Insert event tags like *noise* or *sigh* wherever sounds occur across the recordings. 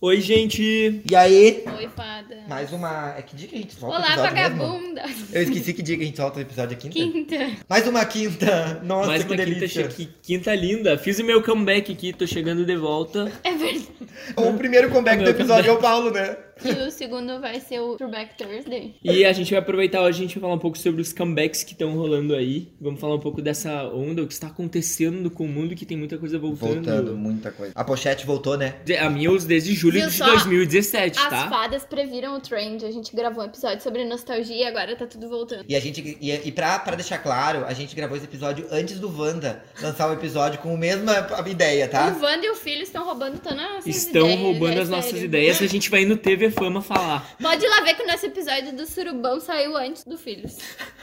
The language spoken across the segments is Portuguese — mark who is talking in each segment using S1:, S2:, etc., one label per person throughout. S1: Oi, gente!
S2: E aí,
S3: Oi, fada.
S2: mais uma. É que dia que a gente solta o
S3: Olá,
S2: episódio mesmo?
S3: vagabunda.
S2: Eu esqueci que dia que a gente solta o episódio aqui. Quinta. *laughs*
S3: Quinta.
S2: Mais uma quinta! Nossa,
S1: Mais
S2: que
S1: uma quinta,
S2: delícia!
S1: che- quinta linda. Fiz o meu comeback aqui, tô chegando de volta.
S3: É verdade.
S2: O primeiro comeback do
S1: Meu
S2: episódio é o Paulo, né?
S3: E o segundo vai ser o Throwback Thursday.
S1: E a gente vai aproveitar hoje, a gente vai falar um pouco sobre os comebacks que estão rolando aí. Vamos falar um pouco dessa onda, o que está acontecendo com o mundo, que tem muita coisa voltando.
S2: Voltando, muita coisa. A pochete voltou, né?
S1: De- A Mills desde julho
S3: Viu
S1: de
S3: só?
S1: 2017,
S3: As
S1: tá?
S3: fadas previram o trend. A gente gravou um episódio sobre nostalgia e agora tá tudo voltando.
S2: E a gente. E, e pra, pra deixar claro, a gente gravou esse episódio antes do Wanda lançar o episódio com a mesma ideia, tá?
S3: O Wanda e o filho estão roubando todas as nossas
S1: Estão
S3: ideias,
S1: roubando
S3: é
S1: as nossas
S3: sério.
S1: ideias e a gente vai no TV Fama falar.
S3: Pode ir lá ver que o nosso episódio do surubão saiu antes do Filhos.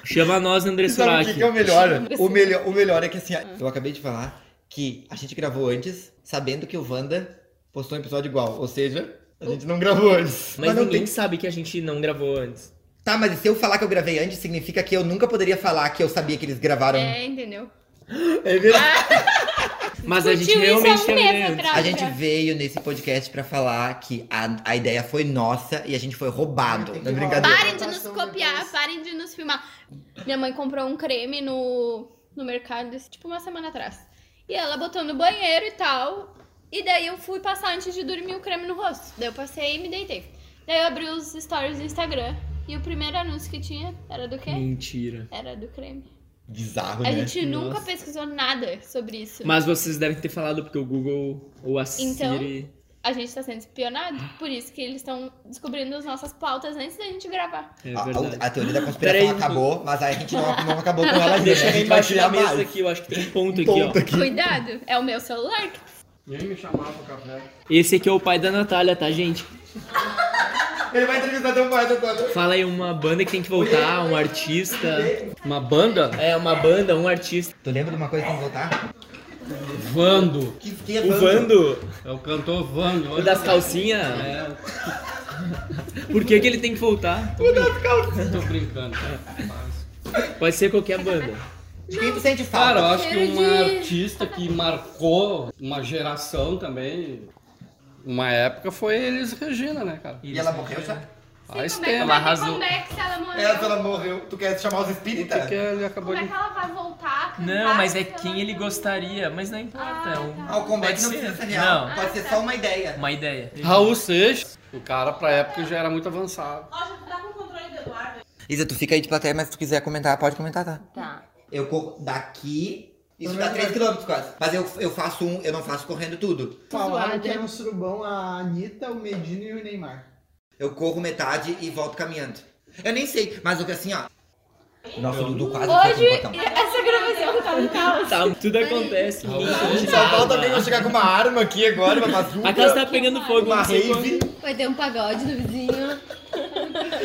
S1: Chama nós, André
S2: Sabe o
S1: Surak.
S2: que, que é o melhor? O melhor, o melhor é que assim, eu acabei de falar que a gente gravou antes, sabendo que o Wanda postou um episódio igual. Ou seja, a gente não gravou antes.
S1: Mas
S2: não
S1: ninguém sabe que a gente não gravou antes.
S2: Tá, mas e se eu falar que eu gravei antes, significa que eu nunca poderia falar que eu sabia que eles gravaram.
S3: É, entendeu?
S1: É verdade. Mas a gente
S3: Discutiu isso há
S1: realmente
S3: um
S1: tá
S3: mês
S1: vendo.
S3: atrás.
S2: A gente veio nesse podcast pra falar que a, a ideia foi nossa e a gente foi roubado. Não é brincadeira.
S3: Parem de nos copiar, parem de nos filmar. Minha mãe comprou um creme no, no mercado, isso, tipo, uma semana atrás. E ela botou no banheiro e tal. E daí eu fui passar antes de dormir o creme no rosto. Daí eu passei e me deitei. Daí eu abri os stories do Instagram. E o primeiro anúncio que tinha era do
S1: Hum.
S3: quê?
S1: Mentira.
S3: Era do creme.
S2: Bizarro,
S3: A
S2: né?
S3: gente
S1: Nossa.
S3: nunca pesquisou nada sobre isso.
S1: Mas vocês devem ter falado, porque o Google ou a Siri.
S3: A gente tá sendo espionado. Por isso que eles estão descobrindo as nossas pautas antes da gente gravar.
S1: É
S2: A-
S1: verdade.
S2: A, a teoria da conspiração
S1: Peraí.
S2: acabou, mas a gente não, não acabou com ela ainda.
S1: Deixa
S2: a
S1: eu
S2: gente vai
S1: embaixo da
S2: criar
S1: mesa
S2: mais.
S1: aqui, eu acho que tem um ponto aqui,
S2: Ponto
S1: ó.
S2: aqui.
S3: Cuidado, é o meu celular que
S2: Ele me chamava pro café.
S1: Esse aqui é o pai da Natália, tá, gente?
S2: Ele vai entrevistar teu pai, teu pai.
S1: Fala aí uma banda que tem que voltar, um artista. Uma banda? É, uma banda, um artista.
S2: Tu lembra de uma coisa que tem que voltar?
S4: Vando.
S2: Que, que é
S1: O
S2: Wanda?
S1: Vando,
S4: É o cantor Vando. É.
S1: o das calcinhas.
S2: né?
S1: Por que, que ele tem que voltar?
S4: Tô brincando.
S1: Pode ser qualquer banda.
S2: De quem tu sente
S4: Cara, eu
S2: falta?
S4: acho que um artista que marcou uma geração também, uma época, foi Elis Regina, né, cara?
S2: E ela morreu já?
S4: Faz
S3: Como é que
S4: tempo.
S3: vai ter
S4: arrasou.
S3: comeback se ela
S5: É,
S3: morreu?
S2: Ela, ela morreu. Tu quer chamar os espíritas?
S4: Porque ele acabou
S3: Como é
S4: de...
S3: que ela vai voltar? a cantar
S6: Não, mas é
S3: se ela
S6: quem ele
S3: morreu?
S6: gostaria, mas não importa, é um-
S2: Ah, o combate
S6: Pode
S2: não
S6: ser.
S2: precisa ser real.
S6: Não.
S2: Pode ser só uma ideia.
S6: uma ideia.
S4: Raul Seixas. O cara, pra época, já era muito avançado.
S2: Isa, tu fica aí de plateia, mas se tu quiser comentar, pode comentar, tá?
S3: Tá.
S2: Eu corro daqui. Isso dá 3km quase. Mas eu, eu faço um, eu não faço correndo tudo.
S7: Falaram
S3: Zoada.
S7: que era um surubão a Anitta, o Medina e o Neymar.
S2: Eu corro metade e volto caminhando. Eu nem sei, mas eu que assim, ó. Nossa, o Dudu quase
S3: Hoje,
S2: foi com o botão.
S3: essa gravação tá no caos.
S1: Tá, tudo acontece.
S4: Raul
S1: ninguém
S4: Seixas.
S1: entende
S2: Só falta
S1: nada.
S2: alguém eu chegar com uma arma aqui agora, uma bazuca,
S1: A casa tá pegando fogo,
S2: uma
S1: não sei quando.
S2: rave.
S3: Vai ter um pagode do vizinho.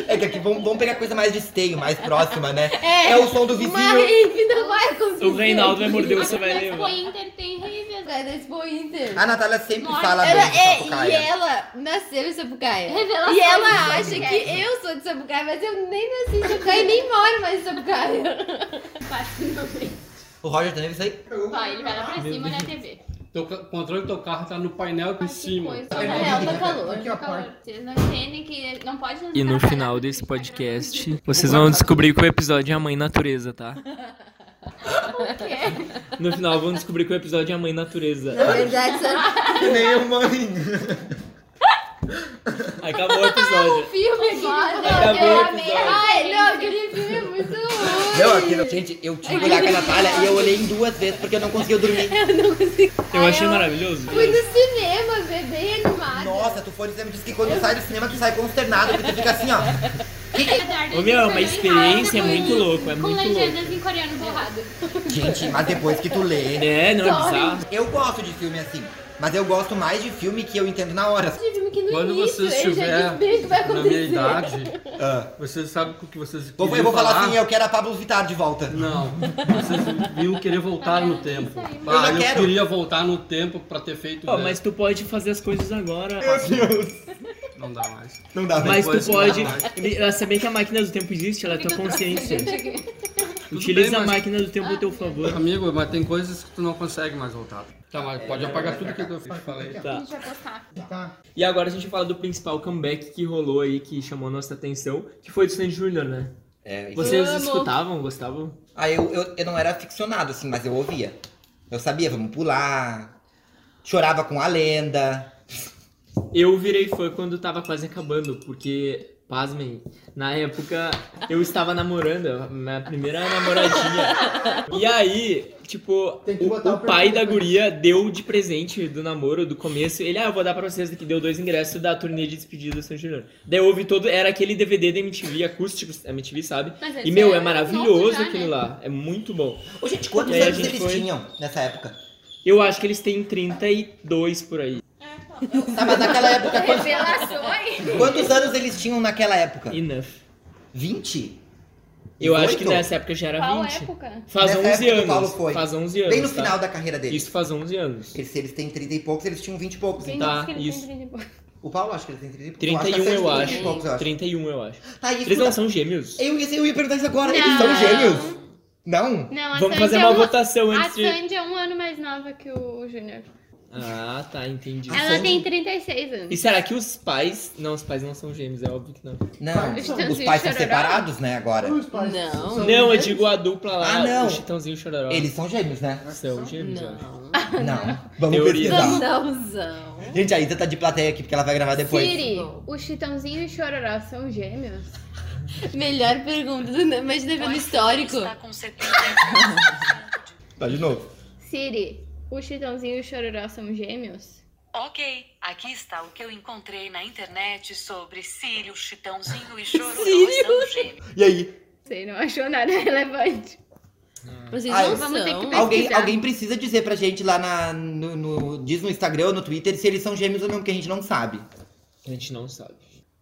S2: É que aqui vamos, vamos pegar coisa mais de esteio, mais próxima, né?
S3: É.
S2: É o som do
S3: Uma
S2: vizinho.
S3: rave não vai acontecer.
S1: O Reinaldo vai morder o seu vai
S3: Na Expo
S1: levar.
S3: Inter tem rave. atrás da Expo Inter.
S2: A Natália sempre
S3: Nossa,
S2: fala
S5: Ela
S2: bem de
S5: é, e
S2: Sapucaia.
S5: ela nasceu em Sapucaia.
S3: Revelações
S5: E ela
S3: do
S5: acha que
S3: podcast.
S5: eu sou de Sapucaia, mas eu nem nasci em Sapucaia e nem moro mais em Sapucaia.
S2: O Roger também isso aí?
S3: Vai, Tá, ele vai lá pra cima né, na TV.
S4: Teu ca- Então, O controle do teu carro tá no painel de cima.
S3: Coisa.
S5: Na real, tá calor.
S7: Aqui, ó,
S3: Calor.
S7: par-
S3: Vocês não entendem que não pode...
S6: E no final desse
S3: *laughs*
S6: podcast, vocês vão descobrir que o episódio é a mãe natureza, tá?
S5: *laughs*
S3: Porque
S1: No final, vamos descobrir que o episódio é a mãe natureza.
S5: Na verdade, só...
S2: Nem é eu, mãe.
S1: Acabou o episódio.
S5: filme agora.
S1: Acabou
S5: eu
S1: o
S5: amei.
S1: episódio.
S5: Ai, não, aquele filme é muito ruim.
S2: Não, aquilo, gente, eu tive que olhar com a Natália e eu olhei em duas vezes porque eu não conseguia dormir.
S1: Eu achei maravilhoso.
S5: Fui no cinema, ver bem animado.
S2: Nossa, tu foi no cinema e disse que quando sai do cinema tu sai consternado, porque tu fica assim, ó.
S1: Ô, meu, é uma experiência é muito louca, é
S3: Com
S1: muito louca.
S3: legendas em coreano borrado.
S2: Gente, mas depois que tu lê.
S1: É, não é bizarro?
S2: Eu gosto de filme assim, mas eu gosto mais de filme que eu entendo na hora.
S5: Esse filme que no
S4: Quando
S5: início,
S4: você
S5: eu já
S4: estiver
S5: disse bem o que vai
S4: na minha
S5: acontecer.
S4: idade,
S2: Ah,
S4: você sabe o que vocês
S2: Vou- eu
S4: queriam
S2: vou falar assim, eu quero a Pablo Vittar de volta.
S4: Não, vocês iam querer voltar no tempo.
S2: Eu já
S4: Ah, eu
S2: quero.
S4: queria voltar no tempo pra ter feito.
S1: Ó,
S4: né?
S1: mas tu pode fazer as coisas agora.
S4: Não dá mais.
S2: Não dá, né?
S1: Mas
S2: mas
S1: tu
S4: Depois,
S1: pode. ah,
S4: não dá mais.
S1: Ela saber que a máquina do tempo existe, ela é tua consciência.
S4: Tudo
S1: Utiliza
S4: bem,
S1: a
S4: mas-
S1: máquina do tempo a teu favor.
S4: Amigo, mas tem coisas que tu não consegue mais voltar. Tá, mas pode apagar tudo que eu falei.
S1: Tá.
S8: A gente vai postar.
S7: Tá.
S1: E agora a gente fala do principal comeback que rolou aí, que chamou a nossa atenção, que foi do Sandy Júnior, né?
S2: É, isso-
S1: Vocês
S8: Amo.
S1: escutavam, gostavam?
S2: Ah, eu, eu, eu não era aficionado, assim, mas eu ouvia. Eu sabia, vamos pular. Chorava com a lenda.
S1: Eu virei fã quando tava quase acabando, porque, pasmem, na época eu estava namorando, a minha primeira namoradinha. E aí, tipo,
S7: Tem que
S1: o,
S7: botar
S1: o
S7: o
S1: pai
S7: perfil
S1: da
S7: depois.
S1: guria deu de presente do namoro, do começo. Ele, ah, eu vou dar pra vocês que deu dois ingressos da turnê de despedida do San Júnior. Daí eu ouvi todo, era aquele DVD da MTV, acústico, MTV, sabe?
S8: Mas esse
S1: E, meu,
S8: é
S1: é
S8: novo
S1: maravilhoso
S8: já,
S1: aquilo
S8: né?
S1: lá. É muito bom.
S2: Ô, gente, quantos
S1: E aí a
S2: anos
S1: gente
S2: eles
S1: foi-
S2: tinham nessa época?
S1: Eu acho que eles têm 32 por aí.
S2: Tá, mas naquela *laughs* época, quantos,
S1: É
S8: Revelações.
S2: quantos anos eles tinham naquela época?
S1: Enough.
S2: 20?
S1: Eu acho que
S2: 18?
S1: nessa época já era
S8: Qual
S1: 20.
S8: época?
S1: Faz
S2: Nessa
S1: 11
S2: época que o
S1: anos.
S2: Paulo foi.
S1: Faz 11 anos.
S2: Bem no
S1: tá?
S2: final da carreira deles.
S1: Isso faz 11 anos.
S2: Eles, se eles têm 30 e poucos, eles tinham 20 e poucos.
S3: Quem
S2: Então.
S1: Tá,
S3: disse que ele
S1: isso.
S3: tem 30 e pouco?
S2: O Paulo acho que eles têm 30 e poucos.
S1: 31 eu
S2: a
S1: acho.
S2: Sérgio tem 30 e poucos, eu acho.
S1: 31 eu acho.
S2: Tá, e
S1: Eles não
S2: escuta,
S1: são gêmeos?
S2: eu, ia- eu ia perguntar isso agora.
S8: Não.
S2: Eles *laughs* são gêmeos? Não?
S3: Não, a
S1: Vamos
S3: Sandy
S1: fazer
S3: é
S1: uma
S3: um-
S1: votação
S3: A
S1: antes de...
S3: Sandy é um ano mais nova que o Júnior.
S1: Ah, tá, entendi.
S3: Ela tem 36 anos.
S1: E será que os pais... Não, os pais não são gêmeos, é óbvio que não.
S2: Não.
S7: Os
S3: Chitãozinho
S2: Os pais são
S3: Chororó?
S2: separados, né, agora?
S7: Os pais
S5: Não.
S7: são
S1: Não, eu
S7: mulheres?
S1: digo a dupla lá,
S2: Ah, não.
S1: o Chitãozinho e o Chororó.
S2: Eles são
S1: *laughs*
S2: gêmeos, né?
S1: são gêmeos, eu acho.
S5: Não.
S2: Não. Vamos
S1: Teoria.
S2: pesquisar.
S5: Não.
S2: Gente, a Isa tá de plateia aqui porque ela vai gravar depois.
S3: Siri, o Chitãozinho e o Chororó são gêmeos?
S5: Melhor pergunta, do- mas deve no histórico.
S9: Está com 70%. de-
S2: Tá de novo.
S3: Siri, o Chitãozinho e o Chororó são gêmeos?
S9: *laughs* Ok, aqui está o que eu encontrei na internet sobre Círio, Chitãozinho e Chororó
S5: Círio?
S9: são gêmeos.
S2: E aí?
S3: Sei, não achou nada *laughs* relevante.
S5: Vocês
S2: Ah,
S5: não
S3: vamos ter que
S5: são.
S3: pegar.
S2: Alguém,
S3: Pesquisar.
S2: alguém precisa dizer pra gente lá na, no, no- Diz no Instagram ou no Twitter se eles são gêmeos ou não, porque a gente não sabe.
S1: A gente não sabe.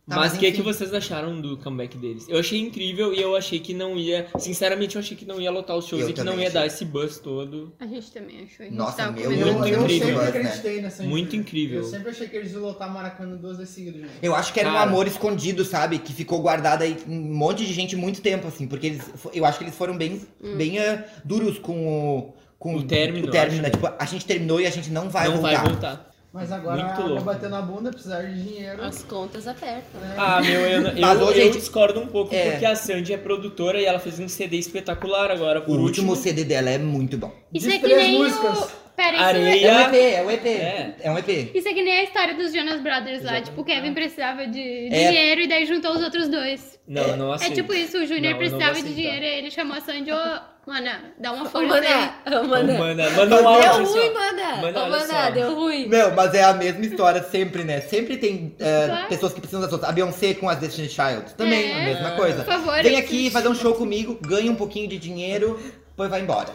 S2: Tá,
S1: mas
S2: mas
S1: o que, é que
S2: enfim.
S1: vocês acharam do comeback deles? Eu achei incrível e eu achei que não ia. Sinceramente, eu achei que não ia lotar os shows
S2: Eu
S1: e que não
S2: também
S1: ia
S2: achei.
S1: dar esse buzz todo.
S3: A gente também achou. A gente
S2: Nossa,
S3: tava
S2: meu,
S7: Eu,
S1: Muito
S7: eu,
S1: incrível.
S7: sempre
S2: né?
S7: acreditei nessa
S1: Muito
S7: gente.
S1: incrível.
S7: Eu sempre achei que eles iam lotar Maracanã duas vezes seguidas. gente.
S2: Eu acho que era um
S1: Cara.
S2: amor escondido, sabe? Que ficou guardado aí um monte de gente muito tempo, assim. Porque eles, eu acho que eles foram bem,
S3: Hum.
S2: bem eh, duros com o. Com
S1: O término,
S2: o término
S1: eu
S2: né? Tipo, a gente terminou e a gente não vai
S1: não
S2: voltar.
S1: vai voltar.
S7: Mas agora tá
S1: Muito
S7: a água
S1: louco.
S7: bateu na bunda, precisar de dinheiro.
S3: Ah,
S5: As contas apertam.
S7: né?
S1: Ah, meu, eu, eu,
S2: Mas, ô,
S1: eu
S2: gente,
S1: discordo um pouco
S2: é.
S1: porque a Sandy é produtora e ela fez um CD espetacular agora,
S2: O
S1: por
S2: último
S1: último.
S2: CD dela é muito bom.
S3: Isso
S7: De
S3: é que
S7: três
S3: nem
S7: músicas.
S3: *laughs* o... Pera, isso é...
S2: É um
S1: Areia.
S2: EP, é um EP.
S1: É.
S2: É, um EP.
S3: Isso é que nem a história dos Jonas Brothers lá. Tipo, o
S5: Ah.
S3: Kevin precisava
S1: É.
S3: de dinheiro e daí juntou os outros dois.
S1: Não, não
S3: É
S1: aceito.
S3: tipo isso,
S1: Não,
S3: o
S1: eu
S3: Júnior
S1: Assim. não vou
S3: precisava de
S1: aceitar.
S3: dinheiro e ele chamou a Sandy, ô, mana, dá uma
S5: Ô,
S3: força aí.
S5: Maná, ô,
S1: Ô,
S5: Maná.
S1: Mana,
S3: É
S1: manda um
S5: Deu
S1: áudio.
S5: ruim,
S1: assim, ó.
S5: Maná.
S1: Maná,
S5: Ô,
S1: olha
S5: Maná,
S1: só.
S5: deu ruim.
S2: Não, mas é a mesma história sempre, né? Sempre tem
S1: é,
S2: eh,
S3: Claro.
S2: pessoas que precisam das outras. A Beyoncé com as Destiny Child. Também,
S3: É.
S2: a mesma
S3: Por
S2: coisa.
S3: favor.
S2: Vem
S3: eu-
S2: aqui fazer um show comigo, ganha um pouquinho de dinheiro, depois vai embora.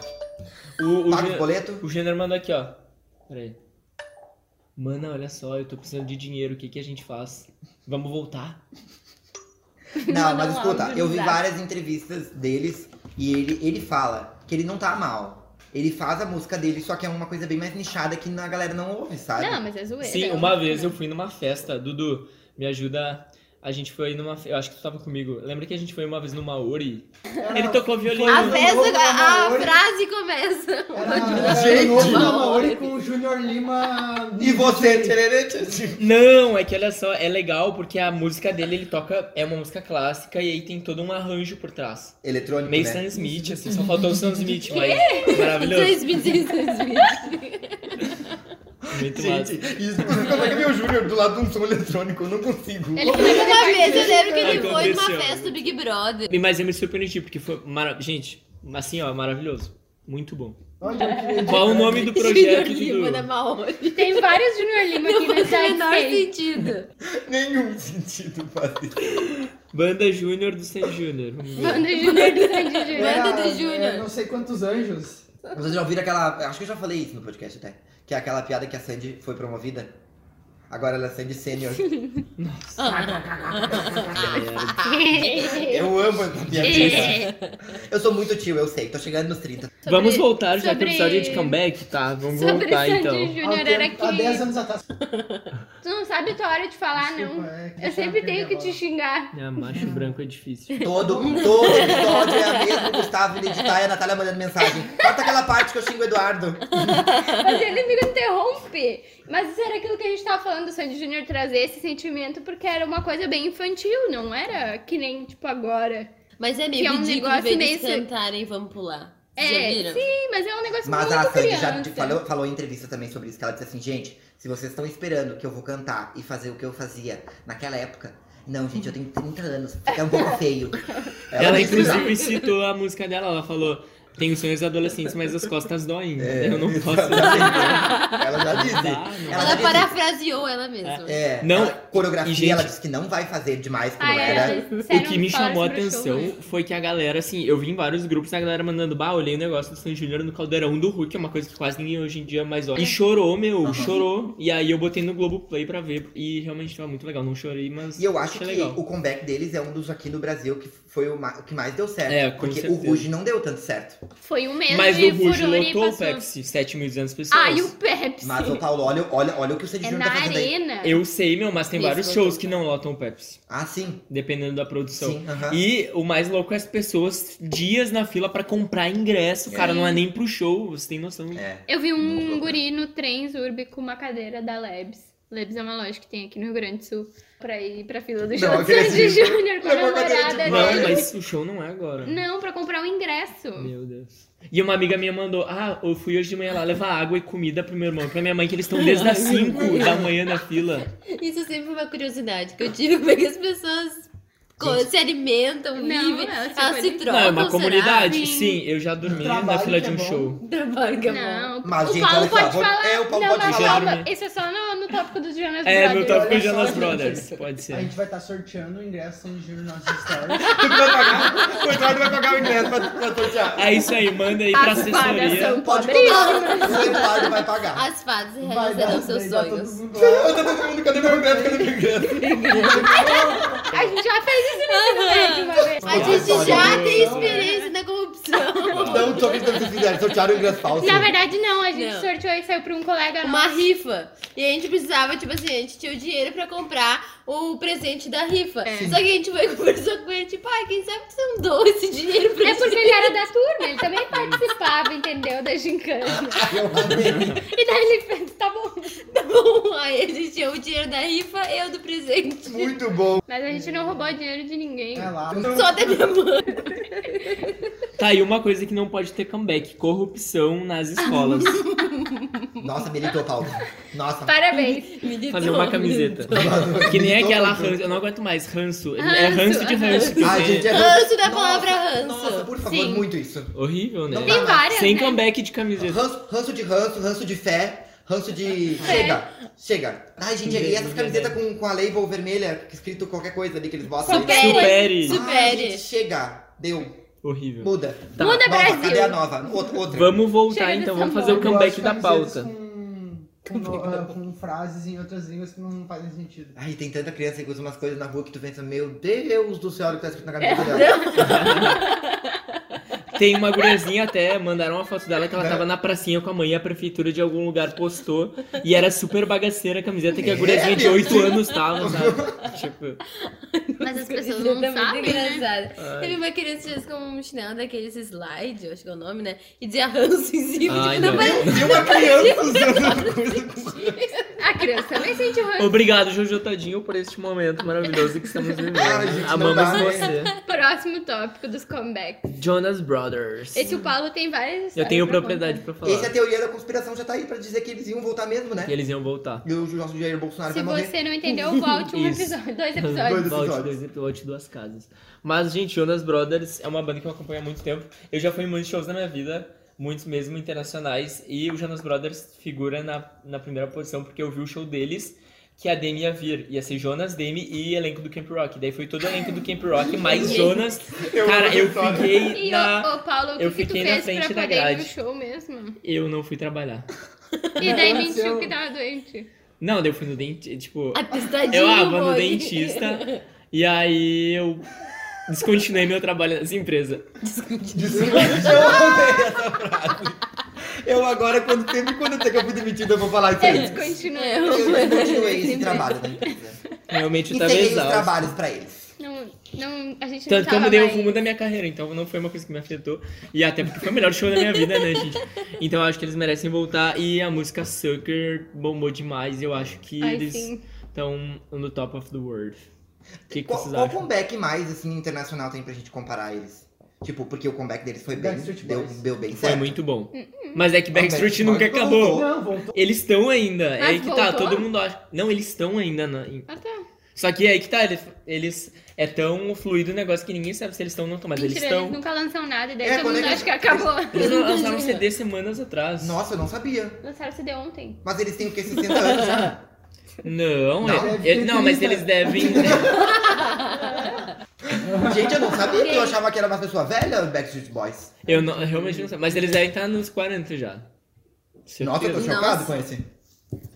S1: O, o,
S2: Paga os
S1: Gê-
S2: boletos.
S1: o Gênero mandou aqui, ó. Pera aí. Mana, olha só, eu tô precisando de dinheiro, o que, que a gente faz? Vamos voltar?
S2: Não,
S3: Mandar
S2: mas
S3: um
S2: escuta,
S3: áudio
S2: eu
S3: no
S2: vi
S3: zap.
S2: várias entrevistas deles e ele, ele fala que ele não tá mal. Ele faz a música dele, só que é uma coisa bem mais nichada que a galera não ouve, sabe?
S3: Não, mas é zoeira.
S1: Sim, uma vez eu fui numa festa, Dudu, me ajuda. A gente foi numa. fe- Eu acho que tu tava comigo. Lembra que a gente foi uma vez numa Ori? Ele tocou violino.
S5: A festa, a,
S7: Maori.
S5: frase começa.
S7: Era, era
S2: Gente.
S7: o novo da Maori com o Junior Lima.
S2: E você, tchererete?
S1: Não, é que olha só, é legal porque a música dele, ele toca. É uma música clássica e aí tem todo um arranjo por trás.
S2: Eletrônico,
S1: Meio
S2: né?
S1: Sam Smith, assim, só faltou
S3: *laughs*
S1: o Sam Smith, mas. Maravilhoso.
S5: 2016, 2016.
S1: Muito massa.
S2: Gente, isso, como é que vem o Júnior do lado de um som eletrônico? Eu não consigo.
S3: Ele foi
S5: Uma vez eu lembro que ele
S1: Aconteceu.
S5: foi numa festa do Big Brother.
S1: E- Mas eu me surpreendi, porque foi mara... Gente, assim, ó, maravilhoso. Muito bom.
S7: Olha, eu queria
S1: Qual o nome
S5: *laughs*
S1: do projeto,
S5: Junior Lima da
S1: Dudu?
S5: Maori.
S3: *laughs* Tem vários Junior Lima
S5: *laughs* Não
S3: aqui né?
S5: faz o menor
S3: nesse
S5: sentido.
S2: Nenhum sentido fazer.
S1: Banda Júnior do Sam Júnior. Vamos ver.
S3: Manda Junior do Sandy
S7: dizer,
S1: é?
S3: *laughs* Júnior.
S5: Manda do
S7: era-
S5: Júnior.
S7: era Não sei quantos anjos.
S2: Vocês já ouviram aquela. Acho que eu já falei isso no podcast até. Que é aquela piada que a Sandy foi promovida. Agora ela sendo
S3: *laughs*
S2: sênior.
S3: É.
S2: Eu amo essa piadinha. Eu sou muito tio, eu sei. Tô chegando nos 30.
S8: Sobre-
S1: Vamos voltar, já que
S3: sobre-
S1: o episódio é de comeback, tá? Vamos
S3: Sobre
S1: voltar
S3: Sandy
S1: então.
S3: Júnior era
S7: Há 10
S3: que.
S7: anos atrás.
S3: Tu não sabe a tua hora de falar, não.
S7: é
S3: Eu sempre tenho que te
S1: *laughs*
S3: xingar.
S1: É, macho branco é difícil.
S2: Todo, todo episódio é a mesma, o Gustavo ele editar e a Natália mandando mensagem. Corta aquela parte que eu xingo o Eduardo.
S3: Mas ele me interrompe. Mas isso era aquilo que a gente tava falando do Sandy Júnior trazer esse sentimento, porque era uma coisa bem infantil, não era que nem, tipo, agora.
S5: Mas é meio
S3: Que é um
S5: ridículo
S3: negócio
S5: ver eles
S3: meio se-
S5: cantarem Vamos Pular. Vocês
S3: É,
S5: já viram?
S3: Sim, mas é um negócio
S2: Mas
S3: muito
S2: a Sandy
S3: criança.
S2: já te falou, falou em entrevista também sobre isso, que ela disse assim, gente, se vocês estão esperando que eu vou cantar e fazer o que eu fazia naquela época, não, gente, eu tenho 30 anos, fica um pouco feio.
S1: Ela,
S2: disse assim, isso.
S1: inclusive, citou a música dela, ela falou. Tenho sonhos adolescentes, mas as costas doem. eu não posso.
S2: "É, *laughs* Ela já disse.
S1: Tá, não.
S2: Ela
S5: Ela
S2: disse-
S5: parafraseou ela mesma.
S2: É,
S1: Não,
S2: ela- coreografia,
S1: e, gente-
S2: ela disse que não vai fazer demais como
S3: Ah, é,
S2: era.
S3: elas
S1: O
S3: disseram
S1: que me
S3: falaram
S1: chamou a
S3: sobre o show,
S1: atenção
S3: né?
S1: foi que a galera, assim, eu vi em vários grupos a galera mandando, bah, olhei o negócio do San Júnior no Caldeirão do Hulk, que é uma coisa que quase ninguém hoje em dia mais olha. E chorou, meu, chorou. E aí eu botei no Globoplay pra ver e realmente tava muito legal. Não chorei, mas.
S2: E eu acho que
S1: achei legal.
S2: o comeback deles é um dos aqui no Brasil que foi o, ma- o que mais deu certo.
S1: É, com
S2: porque o
S1: certeza.
S2: Ruge não deu tanto certo.
S3: Foi um mês
S1: Mas
S3: de
S1: o Rush
S3: furor e
S1: lotou o
S3: passou.
S1: Pepsi, 7.200 pessoas.
S3: Ah, e o Pepsi.
S2: Mas, ô Paulo, olha, olha, olha o que o Sandy
S3: É
S2: Júnior
S3: na
S2: tá fazendo aí.
S3: arena.
S1: Eu sei, meu, mas tem
S5: Isso,
S1: vários
S5: lotou.
S1: shows que não lotam o Pepsi,
S2: Ah, sim.
S1: dependendo da produção.
S2: Sim, aham.
S1: E o mais louco é as pessoas dias na fila pra comprar ingresso, cara, não é nem pro show, você tem noção.
S2: *laughs* É.
S3: Eu vi
S2: Muito
S3: um
S2: louco,
S3: guri no trem Zurb com uma cadeira da Lebs. Lebs é uma loja que tem aqui no Rio Grande do Sul. Pra ir pra fila do show
S2: Não,
S3: *laughs* do Sandy
S2: agressivo.
S3: Júnior com a
S2: Levou a cadeira
S3: namorada
S2: de
S1: Não,
S3: dele.
S1: mas o show não é agora.
S3: Não, pra comprar o ingresso.
S1: Meu Deus. E uma amiga minha mandou: Ah, eu fui hoje de manhã lá levar água e comida pro meu irmão, e pra minha mãe, que eles estão desde as 5 da manhã na fila.
S5: Isso sempre foi uma curiosidade que eu tive, como é que as pessoas co- se alimentam,
S3: Não,
S5: vivem,
S3: elas se
S5: elas se
S3: conectam.
S5: trocam,
S1: não, é uma
S5: será?
S1: comunidade. Sim, eu já dormi na
S7: Trabalho
S1: fila
S7: que
S1: de
S7: é
S1: um
S7: bom.
S1: show.
S5: Trabalho que é bom.
S3: Não,
S2: Mas,
S3: o
S2: gente,
S3: Paulo
S2: olha só,
S3: pode
S2: vou-
S3: falar.
S2: é, o Paulo
S3: não,
S2: pode
S3: mas
S1: falar.
S3: calma, Esse é só no, no tópico do Jonas
S1: É, meu
S3: Brothers.
S1: tópico
S7: olha
S1: de Jonas
S7: só,
S1: Brothers. Pode
S7: A
S1: ser.
S7: gente vai estar sorteando o ingresso Sandy
S3: *laughs*
S7: Júnior nas stories.
S2: Tu que vai pagar? O Eduardo vai pagar o ingresso pra, pra sortear.
S1: É isso aí, manda aí pra
S3: As pagas
S1: assessoria.
S3: são
S2: Pode
S3: pobres.
S2: pagar. *laughs* O Eduardo vai
S3: Ah,
S2: pagar.
S5: As fases
S7: Vai dar,
S5: realizarão seus
S7: vai dar todo
S5: sonhos.
S3: *laughs*
S7: mundo
S2: *laughs*
S7: lá.
S2: Eu tô todo mundo, cadê meu ingresso? Cadê meu ingresso?
S3: A gente já fez isso no ensino médio uma vez. assim,
S5: A gente já tem experiência
S2: *laughs*
S5: na corrupção.
S2: Não, só que vocês fizeram, sortearam o ingresso falso.
S3: Na verdade, não. A gente
S5: Não.
S3: sorteou e saiu pra um colega
S5: Uma
S3: nosso.
S5: rifa. E a gente precisava, tipo assim, a gente tinha o dinheiro pra comprar o presente da rifa. Só que a gente foi *laughs* e conversou com ele, tipo, ah, quem sabe você não doa esse dinheiro pra
S3: É
S5: gente. *laughs*
S3: porque ele era da turma, ele também participava, entendeu? Da gincana.
S2: Eu amei.
S3: E daí ele fez, tá bom.
S5: Bom, Então, aí a gente tinha o dinheiro da rifa e eu do presente.
S2: Muito bom.
S3: Mas a gente não roubou dinheiro de ninguém.
S7: É lá.
S5: Só da minha mãe.
S1: Tá aí uma coisa que não pode ter comeback: corrupção nas escolas.
S2: Nossa, militou, Paulo.
S3: Tá.
S2: Nossa.
S3: Parabéns.
S1: Fazer uma camiseta. Que nem aquela ranço. Eu não aguento mais ranço. É ranço de ranço. que
S2: Ai,
S1: tem.
S2: gente, é
S5: Ranço da
S3: né?
S2: Nossa,
S5: palavra ranço.
S2: Nossa, por favor,
S3: Sim.
S2: muito isso.
S1: Horrível, né?
S2: Não
S3: Tem várias,
S1: Sem
S3: né?
S1: comeback de camiseta.
S2: Ranço, ranço de ranço, ranço de fé, ranço de. Chega! Chega! Ai, gente, e essas camisetas com, com a label vermelha, escrito qualquer coisa ali que eles botam.
S5: Supere.
S1: Supere.
S2: Ai,
S5: Supere.
S2: gente, chega! Deu!
S1: Horrível.
S2: Muda!
S1: Tá.
S3: Muda,
S2: nova,
S3: Brasil.
S2: cadê a nova? Outra. outra.
S1: Vamos voltar
S3: Chega
S1: então,
S3: dessa
S1: vamos fazer o
S7: Eu
S1: comeback
S7: gosto de
S1: da
S7: camisetas
S1: pauta.
S7: Com, com, no- com frases em outras línguas que não fazem sentido.
S2: Ai, tem tanta criança que usa umas coisas na rua que tu pensa, meu Deus do céu, olha o que tá escrito na camisa dela.
S1: Tem uma guriazinha até, mandaram uma foto dela que
S2: Né?
S1: ela tava na pracinha com a mãe e a prefeitura de algum lugar postou. E era super bagaceira a camiseta que a
S2: É,
S1: guriazinha de
S2: meu
S1: 8 anos tava, sabe? Tipo,
S3: Mas as pessoas não
S5: Tá muito
S3: sabem, né?
S5: engraçado. Teve uma criança que com um chinelo daqueles slide, eu acho que é o nome, né? E dizia ranço em cima. Tipo,
S1: Ai,
S5: não,
S1: não.
S5: mas
S2: E uma criança usando coisa
S1: *laughs*
S2: com
S3: A criança também sente o ranço.
S1: Obrigado, Jojo Tadinho, por este momento maravilhoso que estamos vivendo.
S2: Ai, gente, não
S1: Amamos
S2: dá,
S1: você.
S3: Próximo tópico dos comebacks.
S1: Jonas Brothers.
S3: Esse é o Paulo tem várias
S1: Eu
S3: histórias
S1: tenho
S3: pra
S1: propriedade pra falar.
S2: Esse é a teoria da conspiração, já tá aí pra dizer que eles iam voltar mesmo, né?
S1: E eles iam voltar.
S2: E o nosso Jair Bolsonaro
S3: contar.
S2: vai
S3: Se
S2: morrer.
S3: você não entendeu, volte um
S1: Isso.
S3: episódio, dois
S2: Dois
S3: episódios.
S1: Volte
S2: episódios.
S1: dois episódios, duas casas. Mas, gente, Jonas Brothers é uma banda que eu acompanho há muito tempo. Eu já fui em muitos shows na minha vida, muitos mesmo internacionais. E o Jonas Brothers figura na, na primeira posição porque eu vi o show deles. Que é a Demi ia vir, ia ser Jonas, Demi e elenco do Camp Rock. Daí foi todo o elenco do Camp
S2: *laughs*
S1: Rock, mais Jonas. Cara, eu fiquei *laughs*
S3: E
S1: na.
S3: ô, ô, Paulo, o
S1: eu
S3: que, que tu
S1: fiquei na
S3: fez pra
S1: frente da
S3: poder ir no
S1: grade. *laughs*
S3: show mesmo?
S1: Eu não fui trabalhar.
S3: E daí
S7: Aconteceu.
S3: mentiu que tava doente.
S1: Não, daí eu fui no dentista, tipo...
S5: Atestadinho,
S1: Eu ah, vou no
S5: Boni.
S1: *laughs* dentista. E aí eu descontinuei meu trabalho nessa empresa.
S2: Desculpa, eu amei essa frase. Eu agora, quando sempre quando eu sei que eu fui demitido, É, eu vou falar isso aí.
S3: Descontinuei.
S2: Eu descontinuei esse trabalho da empresa.
S1: Realmente eu
S2: E
S1: tava
S2: peguei os
S1: tá exausto.
S2: trabalhos pra eles.
S3: Não, não, a
S1: Tanto
S3: gente não
S1: que eu
S3: tava
S1: mudei o
S3: mais-
S1: rumo da minha carreira, então não foi uma coisa que me afetou. E até porque foi o melhor show da minha vida, né, gente? Então eu acho que eles merecem voltar. E a música Sucker bombou demais. Eu acho que
S3: Ai,
S1: eles
S3: sim.
S1: estão no top of the world. O que, que
S2: Qual,
S1: vocês
S2: qual
S1: acham?
S2: comeback mais, assim, internacional tem pra gente comparar eles? Tipo, porque o comeback deles foi bem,
S7: Backstreet
S2: deu,
S7: Boys.
S2: deu bem
S1: Foi
S2: certo.
S1: muito bom.
S3: Hum,
S1: Mas é que
S2: Mas
S1: Backstreet
S2: Backstreet
S1: nunca
S2: Boys
S1: acabou.
S2: voltou.
S7: Não, voltou.
S1: Eles estão ainda. é
S3: Mas
S1: aí que tá,
S3: voltou?
S1: todo mundo acha. Não, eles estão ainda. Na... em-
S3: Ah, tá.
S1: Só que é aí que tá, eles. eles- É tão fluido o negócio que ninguém sabe se eles estão ou não estão, mas
S3: Mentira,
S1: eles
S3: eles,
S1: estão.
S3: nunca lançam nada e daí
S2: É,
S3: todo
S2: quando
S3: mundo
S2: *laughs* eles-
S3: acha que acabou.
S1: Eles lançaram um CD semanas atrás.
S2: Nossa, eu não sabia.
S3: Lançaram CD ontem.
S2: Mas eles têm o quê? 60 anos né? já?
S1: *laughs* Não,
S2: Não?
S1: é- é- não, mas eles devem. né?
S2: Gente, eu não sabia que eu achava que era uma pessoa velha o Backstreet Boys.
S1: Eu não, eu realmente não sei. Mas eles devem estar nos 40 já. Certeza.
S2: Nossa, eu tô chocado com esse.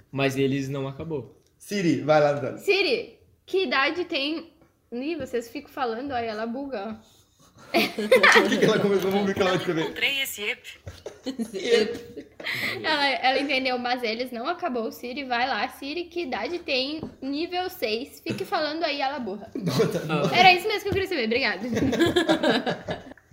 S1: Mas eles não acabou.
S2: Siri, vai lá, Dani.
S3: Siri, que idade tem... Ih, vocês ficam falando, olha, ela buga. ó.
S2: O que, que ela começou? Vamos ver o que ela vai escrever.
S9: Encontrei esse EP.
S3: Ela, ela entendeu, mas eles não acabou. Siri, vai lá. Siri, que idade tem? Nível 6. Fique falando aí, ela burra.
S1: Ah.
S3: Era isso mesmo que eu queria saber, obrigada.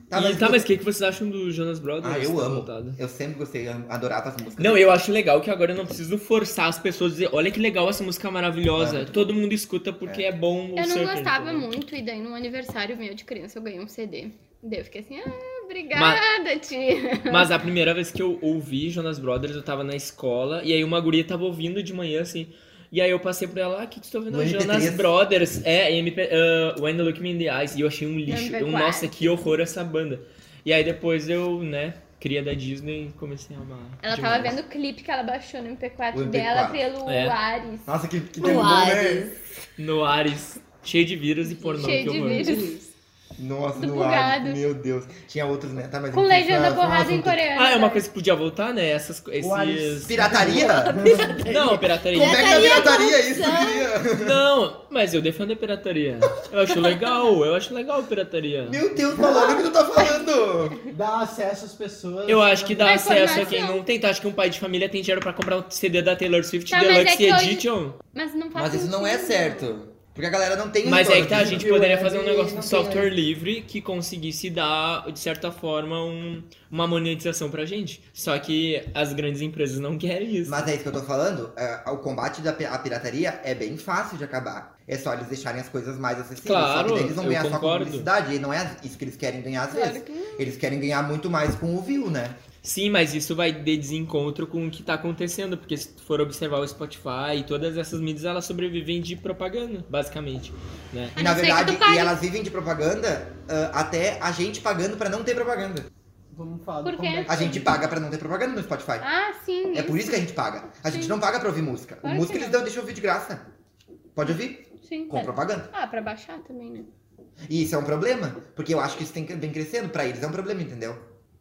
S2: Tá,
S1: e,
S2: mas-
S1: tá, mas o que, que vocês acham do Jonas Brothers?
S2: Ah, eu
S1: Tá
S2: amo.
S1: voltado.
S2: Eu sempre gostei, eu adorava essa música.
S1: Não, eu acho legal que agora eu não preciso forçar as pessoas a dizer, olha que legal essa música maravilhosa.
S2: É.
S1: Todo mundo escuta porque é, bom o
S3: Eu não
S1: surfer",
S3: gostava
S1: entendeu?
S3: muito, e daí num aniversário meu de criança eu ganhei um CD. Daí eu fiquei assim, ah, obrigada, tia.
S1: Mas a primeira vez que eu ouvi Jonas Brothers, eu tava na escola, e aí uma guria tava ouvindo de manhã, assim. E aí eu passei pra ela, ah, o que, que tu tá ouvindo?
S2: No MP3.
S1: Jonas Brothers. É, MP, uh, When You Look Me in the Eyes. E eu achei um lixo. Eu,
S3: MP4.
S1: nossa, que horror essa banda. E aí depois eu, né, cria da Disney e comecei a amar.
S3: Ela
S1: demais.
S3: tava vendo o clipe que ela baixou no MP4,
S2: O MP4.
S3: dela pelo
S1: É.
S3: Ares.
S2: Nossa, que, que tempo bom, né?
S5: Luares.
S1: No Ares, cheio de vírus e pornô.
S3: cheio
S1: que
S3: de
S1: horror.
S3: vírus.
S2: Nossa,
S3: Do
S2: no ar.
S3: Bugados.
S2: Meu Deus. Tinha outros, né? Tá, mas
S3: Com
S2: enfim,
S3: legenda
S2: isso não é- isso
S3: borrada
S2: não é um
S3: em
S2: assunto.
S3: coreano.
S1: Ah, é uma coisa que podia voltar, né? Essas, co-
S7: Ares.
S1: esses...
S2: Pirataria?
S1: Não, pirataria.
S2: Como é que é pirataria isso, é- queria?
S1: Não, mas eu defendo a pirataria. Eu acho legal, eu acho legal a pirataria.
S2: Meu Deus, Malandro, o que tu tá falando?
S7: Dá acesso às pessoas.
S1: Eu acho que dá
S3: Vai
S1: acesso a
S3: formação.
S1: quem não tem. Tu acha que um pai de família tem dinheiro pra comprar um CD da Taylor Swift
S3: Tá, mas é
S1: Deluxe
S3: que hoje-
S1: Edition?
S3: Mas não faz
S2: Mas isso não é
S3: sentido.
S2: certo. Porque a galera não tem...
S1: Mas é que tá, a
S2: retorno.
S1: gente
S7: viu,
S1: poderia
S7: né?
S1: fazer um
S7: Ele
S1: negócio
S7: não
S1: de
S7: tem,
S1: software livre que conseguisse dar, de certa forma, um- uma monetização pra gente. Só que as grandes empresas não querem isso.
S2: Mas é isso que eu tô falando. é, o combate da pi- à pirataria é bem fácil de acabar. É só eles deixarem as coisas mais acessíveis. só
S1: Claro,
S2: que daí eles vão
S1: eu
S2: ganhar só com
S1: concordo.
S2: publicidade. E não é isso que eles querem ganhar às
S3: Claro
S2: vezes.
S3: que não.
S2: Eles querem ganhar muito mais com o view, né?
S1: Sim, mas isso vai de desencontro com o que tá acontecendo, porque se tu for observar o Spotify e todas essas mídias, elas sobrevivem de propaganda, basicamente, né?
S3: A
S2: E na
S3: não ser que
S2: verdade,
S3: tu pague.
S2: e elas vivem de propaganda ah, até a gente pagando pra não ter propaganda.
S7: Vamos falar
S3: Por
S7: do
S3: quê?
S7: comeback.
S2: A gente paga pra não ter propaganda no Spotify.
S3: Ah, sim.
S2: É por isso que a gente paga. A gente não paga pra ouvir música.
S3: Claro que
S2: música eles
S3: não.
S2: dão, deixam ouvir de graça. Pode ouvir?
S3: Sim,
S2: Com
S3: tá.
S2: propaganda.
S3: Ah, pra baixar também, né?
S2: E isso é um problema. Porque eu acho que isso tem, vem crescendo. Pra eles é um problema, entendeu?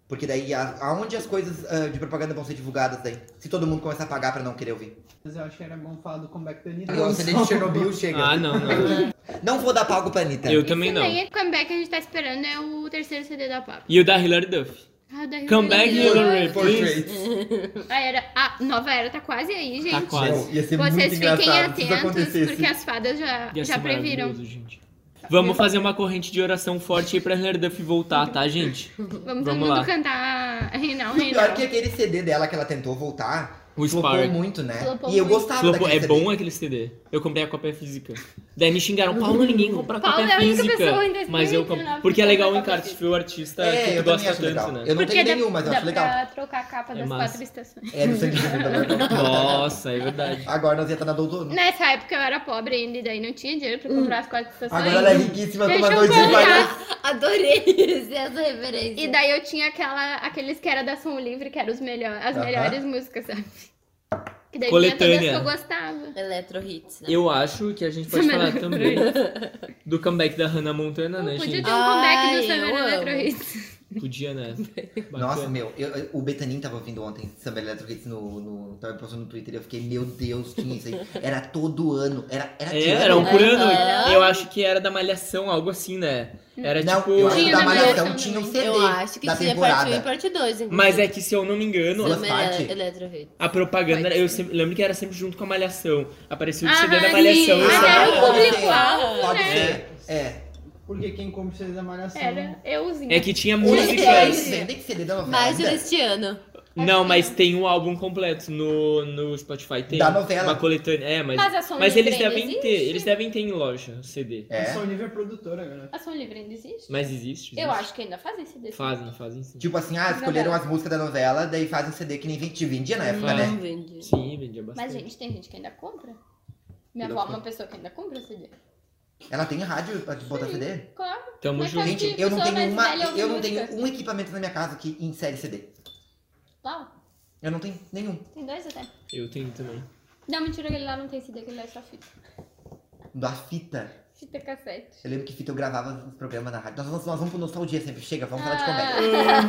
S2: Porque daí, a- aonde as coisas ah, de propaganda vão ser divulgadas daí? Se todo mundo começar a pagar pra não querer ouvir.
S7: Mas eu acho que era bom falar do comeback da Anitta.
S2: Agora o CD de Chernobyl chega.
S1: Ah, não, não.
S2: Não vou dar palco pra Anitta.
S1: Eu também não.
S3: Daí, o comeback que a gente tá esperando é o terceiro CD da Papa.
S1: E o da Hilary Duff.
S3: Ah, da
S1: Come back, Hillary, please.
S2: Portrait.
S3: A, era, a nova era tá quase aí, gente.
S1: Tá quase.
S2: Não, ia ser muito
S3: Vocês fiquem
S2: engraçado se isso
S3: atentos,
S2: acontecesse.
S3: porque as fadas já,
S1: Ia
S3: já
S1: ser
S3: previram. Tá.
S1: maravilhoso, gente. Vamos fazer uma corrente de oração forte aí pra Hilary Duff voltar, tá, gente?
S3: Vamos, todo
S1: Vamos
S3: mundo
S1: lá.
S3: cantar *laughs*
S2: E o
S3: Reinal,
S2: pior é
S3: Reinal.
S2: que aquele CD dela que ela tentou voltar,
S1: O
S2: flopou
S1: Spark.
S2: muito, né?
S3: Flopou
S2: e eu
S3: muito.
S2: gostava
S1: Flopou.
S2: daquele
S1: É
S2: CD.
S1: bom aquele CD. Eu comprei a cópia física. Daí me xingaram, Paulo, ninguém compra
S3: Paulo
S1: cópia
S3: é a única
S1: física.
S3: pessoa em 2019
S1: mas eu comp...
S3: que
S1: Porque é legal o
S3: compra cópia
S1: encarte,
S3: física.
S1: foi o artista Tá, que
S2: É,
S1: tu
S2: eu também
S1: gosta
S2: acho
S1: tanto,
S2: legal.
S1: né?
S2: Eu não
S3: Porque
S2: tenho
S3: dá,
S2: nenhum, mas eu
S3: dá
S2: acho legal.
S3: pra trocar a capa
S1: É
S3: das
S1: massa.
S3: quatro estações.
S2: É, não sei o que você tá falando.
S1: Nossa, é verdade.
S2: Agora nós ia estar na doutora.
S3: Nessa época eu era pobre ainda, e daí não tinha dinheiro pra comprar as quatro estações.
S2: Agora ela é riquíssima, com
S3: Deixa
S2: uma
S3: eu
S2: noite de
S3: contar.
S2: palhaço.
S5: Adorei esse- essa referência.
S3: E daí eu tinha aquela, aqueles que era da Som Livre, que eram os melhor, as
S2: Aham.
S3: melhores músicas, sabe? Que daí
S1: Coletânea.
S3: tinha todas que eu gostava.
S5: Electro Hits, né?
S1: Eu acho que a gente pode
S3: Summer
S1: falar também do comeback da Hannah Montana, né,
S3: Podia
S1: gente?
S3: ter um comeback
S5: Ai,
S3: do Summer
S5: eu amo.
S3: Electro Hits.
S1: Podia, né?
S3: *laughs*
S2: Nossa,
S1: Bacana.
S2: meu, eu- eu- o Betanin tava ouvindo ontem Samba Electric Hits no, no. Tava postando no Twitter e eu fiquei, meu Deus, tinha isso aí. Era todo ano. Era, era,
S1: É,
S2: direto.
S1: era um por ano.
S5: Aham.
S1: Eu acho que era da Malhação, algo assim, né? Era
S2: Não,
S1: tipo.
S2: eu acho que
S3: Tinha
S2: da
S3: na
S2: Malhação
S3: Malhação
S2: tinha um
S3: também.
S2: CD
S5: Eu acho que
S2: da
S5: tinha parte 1
S2: temporada.
S5: e parte 2.
S1: Mas é que se eu não me engano,
S5: é
S2: Duas partes.
S1: a propaganda, era- eu sempre- lembro que era sempre junto com a Malhação. Aparecia o CD da
S3: Aham,
S1: Malhação.
S3: Ah, sim. Ah,
S1: eu
S3: Mas
S1: sempre-
S3: era é o
S5: público-alvo,
S2: Pode
S1: né?
S2: ser. É.
S7: Porque quem come CD da Malhação.
S3: Era euzinha.
S1: É que tinha
S2: Eles
S1: músicas.
S2: vendem CD da novela. É.
S5: Mais
S2: ainda?
S5: deste ano.
S1: Não, mas tem um álbum completo no, no Spotify. Tem
S2: Da novela.
S1: Uma coletânea. É, mas.
S3: Mas a Som
S1: Mas
S3: Livre
S1: eles
S3: ainda
S1: devem
S3: existe?
S1: ter. Eles devem ter em loja o CD.
S7: É.
S2: É.
S7: Só nível produtora, galera.
S3: A Som Livre ainda existe?
S1: Mas existe?
S3: Eu
S1: existe.
S3: acho que ainda fazem CD.
S1: Fazem, fazem sim.
S2: Tipo assim, ah, escolheram as músicas da novela, daí fazem CD que nem te vendia na
S1: Hum.
S2: época, né?
S5: Não vendi.
S1: Sim, vendia bastante.
S3: Mas, gente, tem gente que ainda compra. Minha
S2: Ainda
S3: avó é uma pessoa que ainda compra CD.
S2: Ela tem rádio pra botar CD?
S3: Claro.
S1: Tamo
S3: mas
S1: junto.
S3: faz-
S2: Gente,
S3: é que
S2: eu não
S3: pessoa
S2: tenho
S3: mais
S2: uma.
S3: velha ouve
S2: Eu não tenho
S3: música.
S2: um equipamento na minha casa que insere CD.
S3: Tá.
S2: Eu não tenho nenhum.
S3: Tem dois até.
S1: Eu tenho também.
S3: Não, mentira, aquele lá não tem CD, aquele lá é só fita.
S2: Da fita.
S3: Fita cassete.
S2: Eu lembro que fita eu gravava os programas na rádio. Nós vamos, nós vamos pro nostalgia sempre. Chega, vamos falar de
S3: Ah.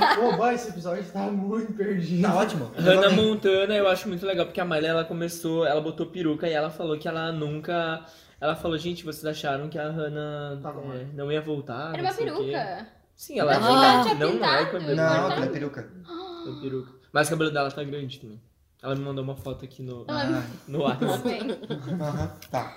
S2: comédia.
S7: Ô, boy, esse episódio tá muito perdido.
S2: Tá ótimo.
S1: Hannah Montana, eu acho muito legal, porque a Miley, ela começou, ela botou peruca e ela falou que ela nunca... Ela falou, gente, vocês acharam que a Hannah
S7: Tá bom.
S1: é, não ia voltar?
S3: Era
S1: não
S3: uma
S1: sei o quê.
S3: peruca.
S1: Sim, ela
S3: Mas
S1: não,
S5: ela
S1: não,
S3: tinha
S1: não, é o
S3: pintado,
S1: cabelo.
S2: Não,
S1: Não,
S2: aquela é peruca.
S1: é peruca. Mas o cabelo dela tá grande também. Ela me mandou uma foto aqui no,
S3: Ela
S1: *laughs*
S2: Ah,
S1: no WhatsApp.
S3: *laughs* Bem,
S2: Aham, tá.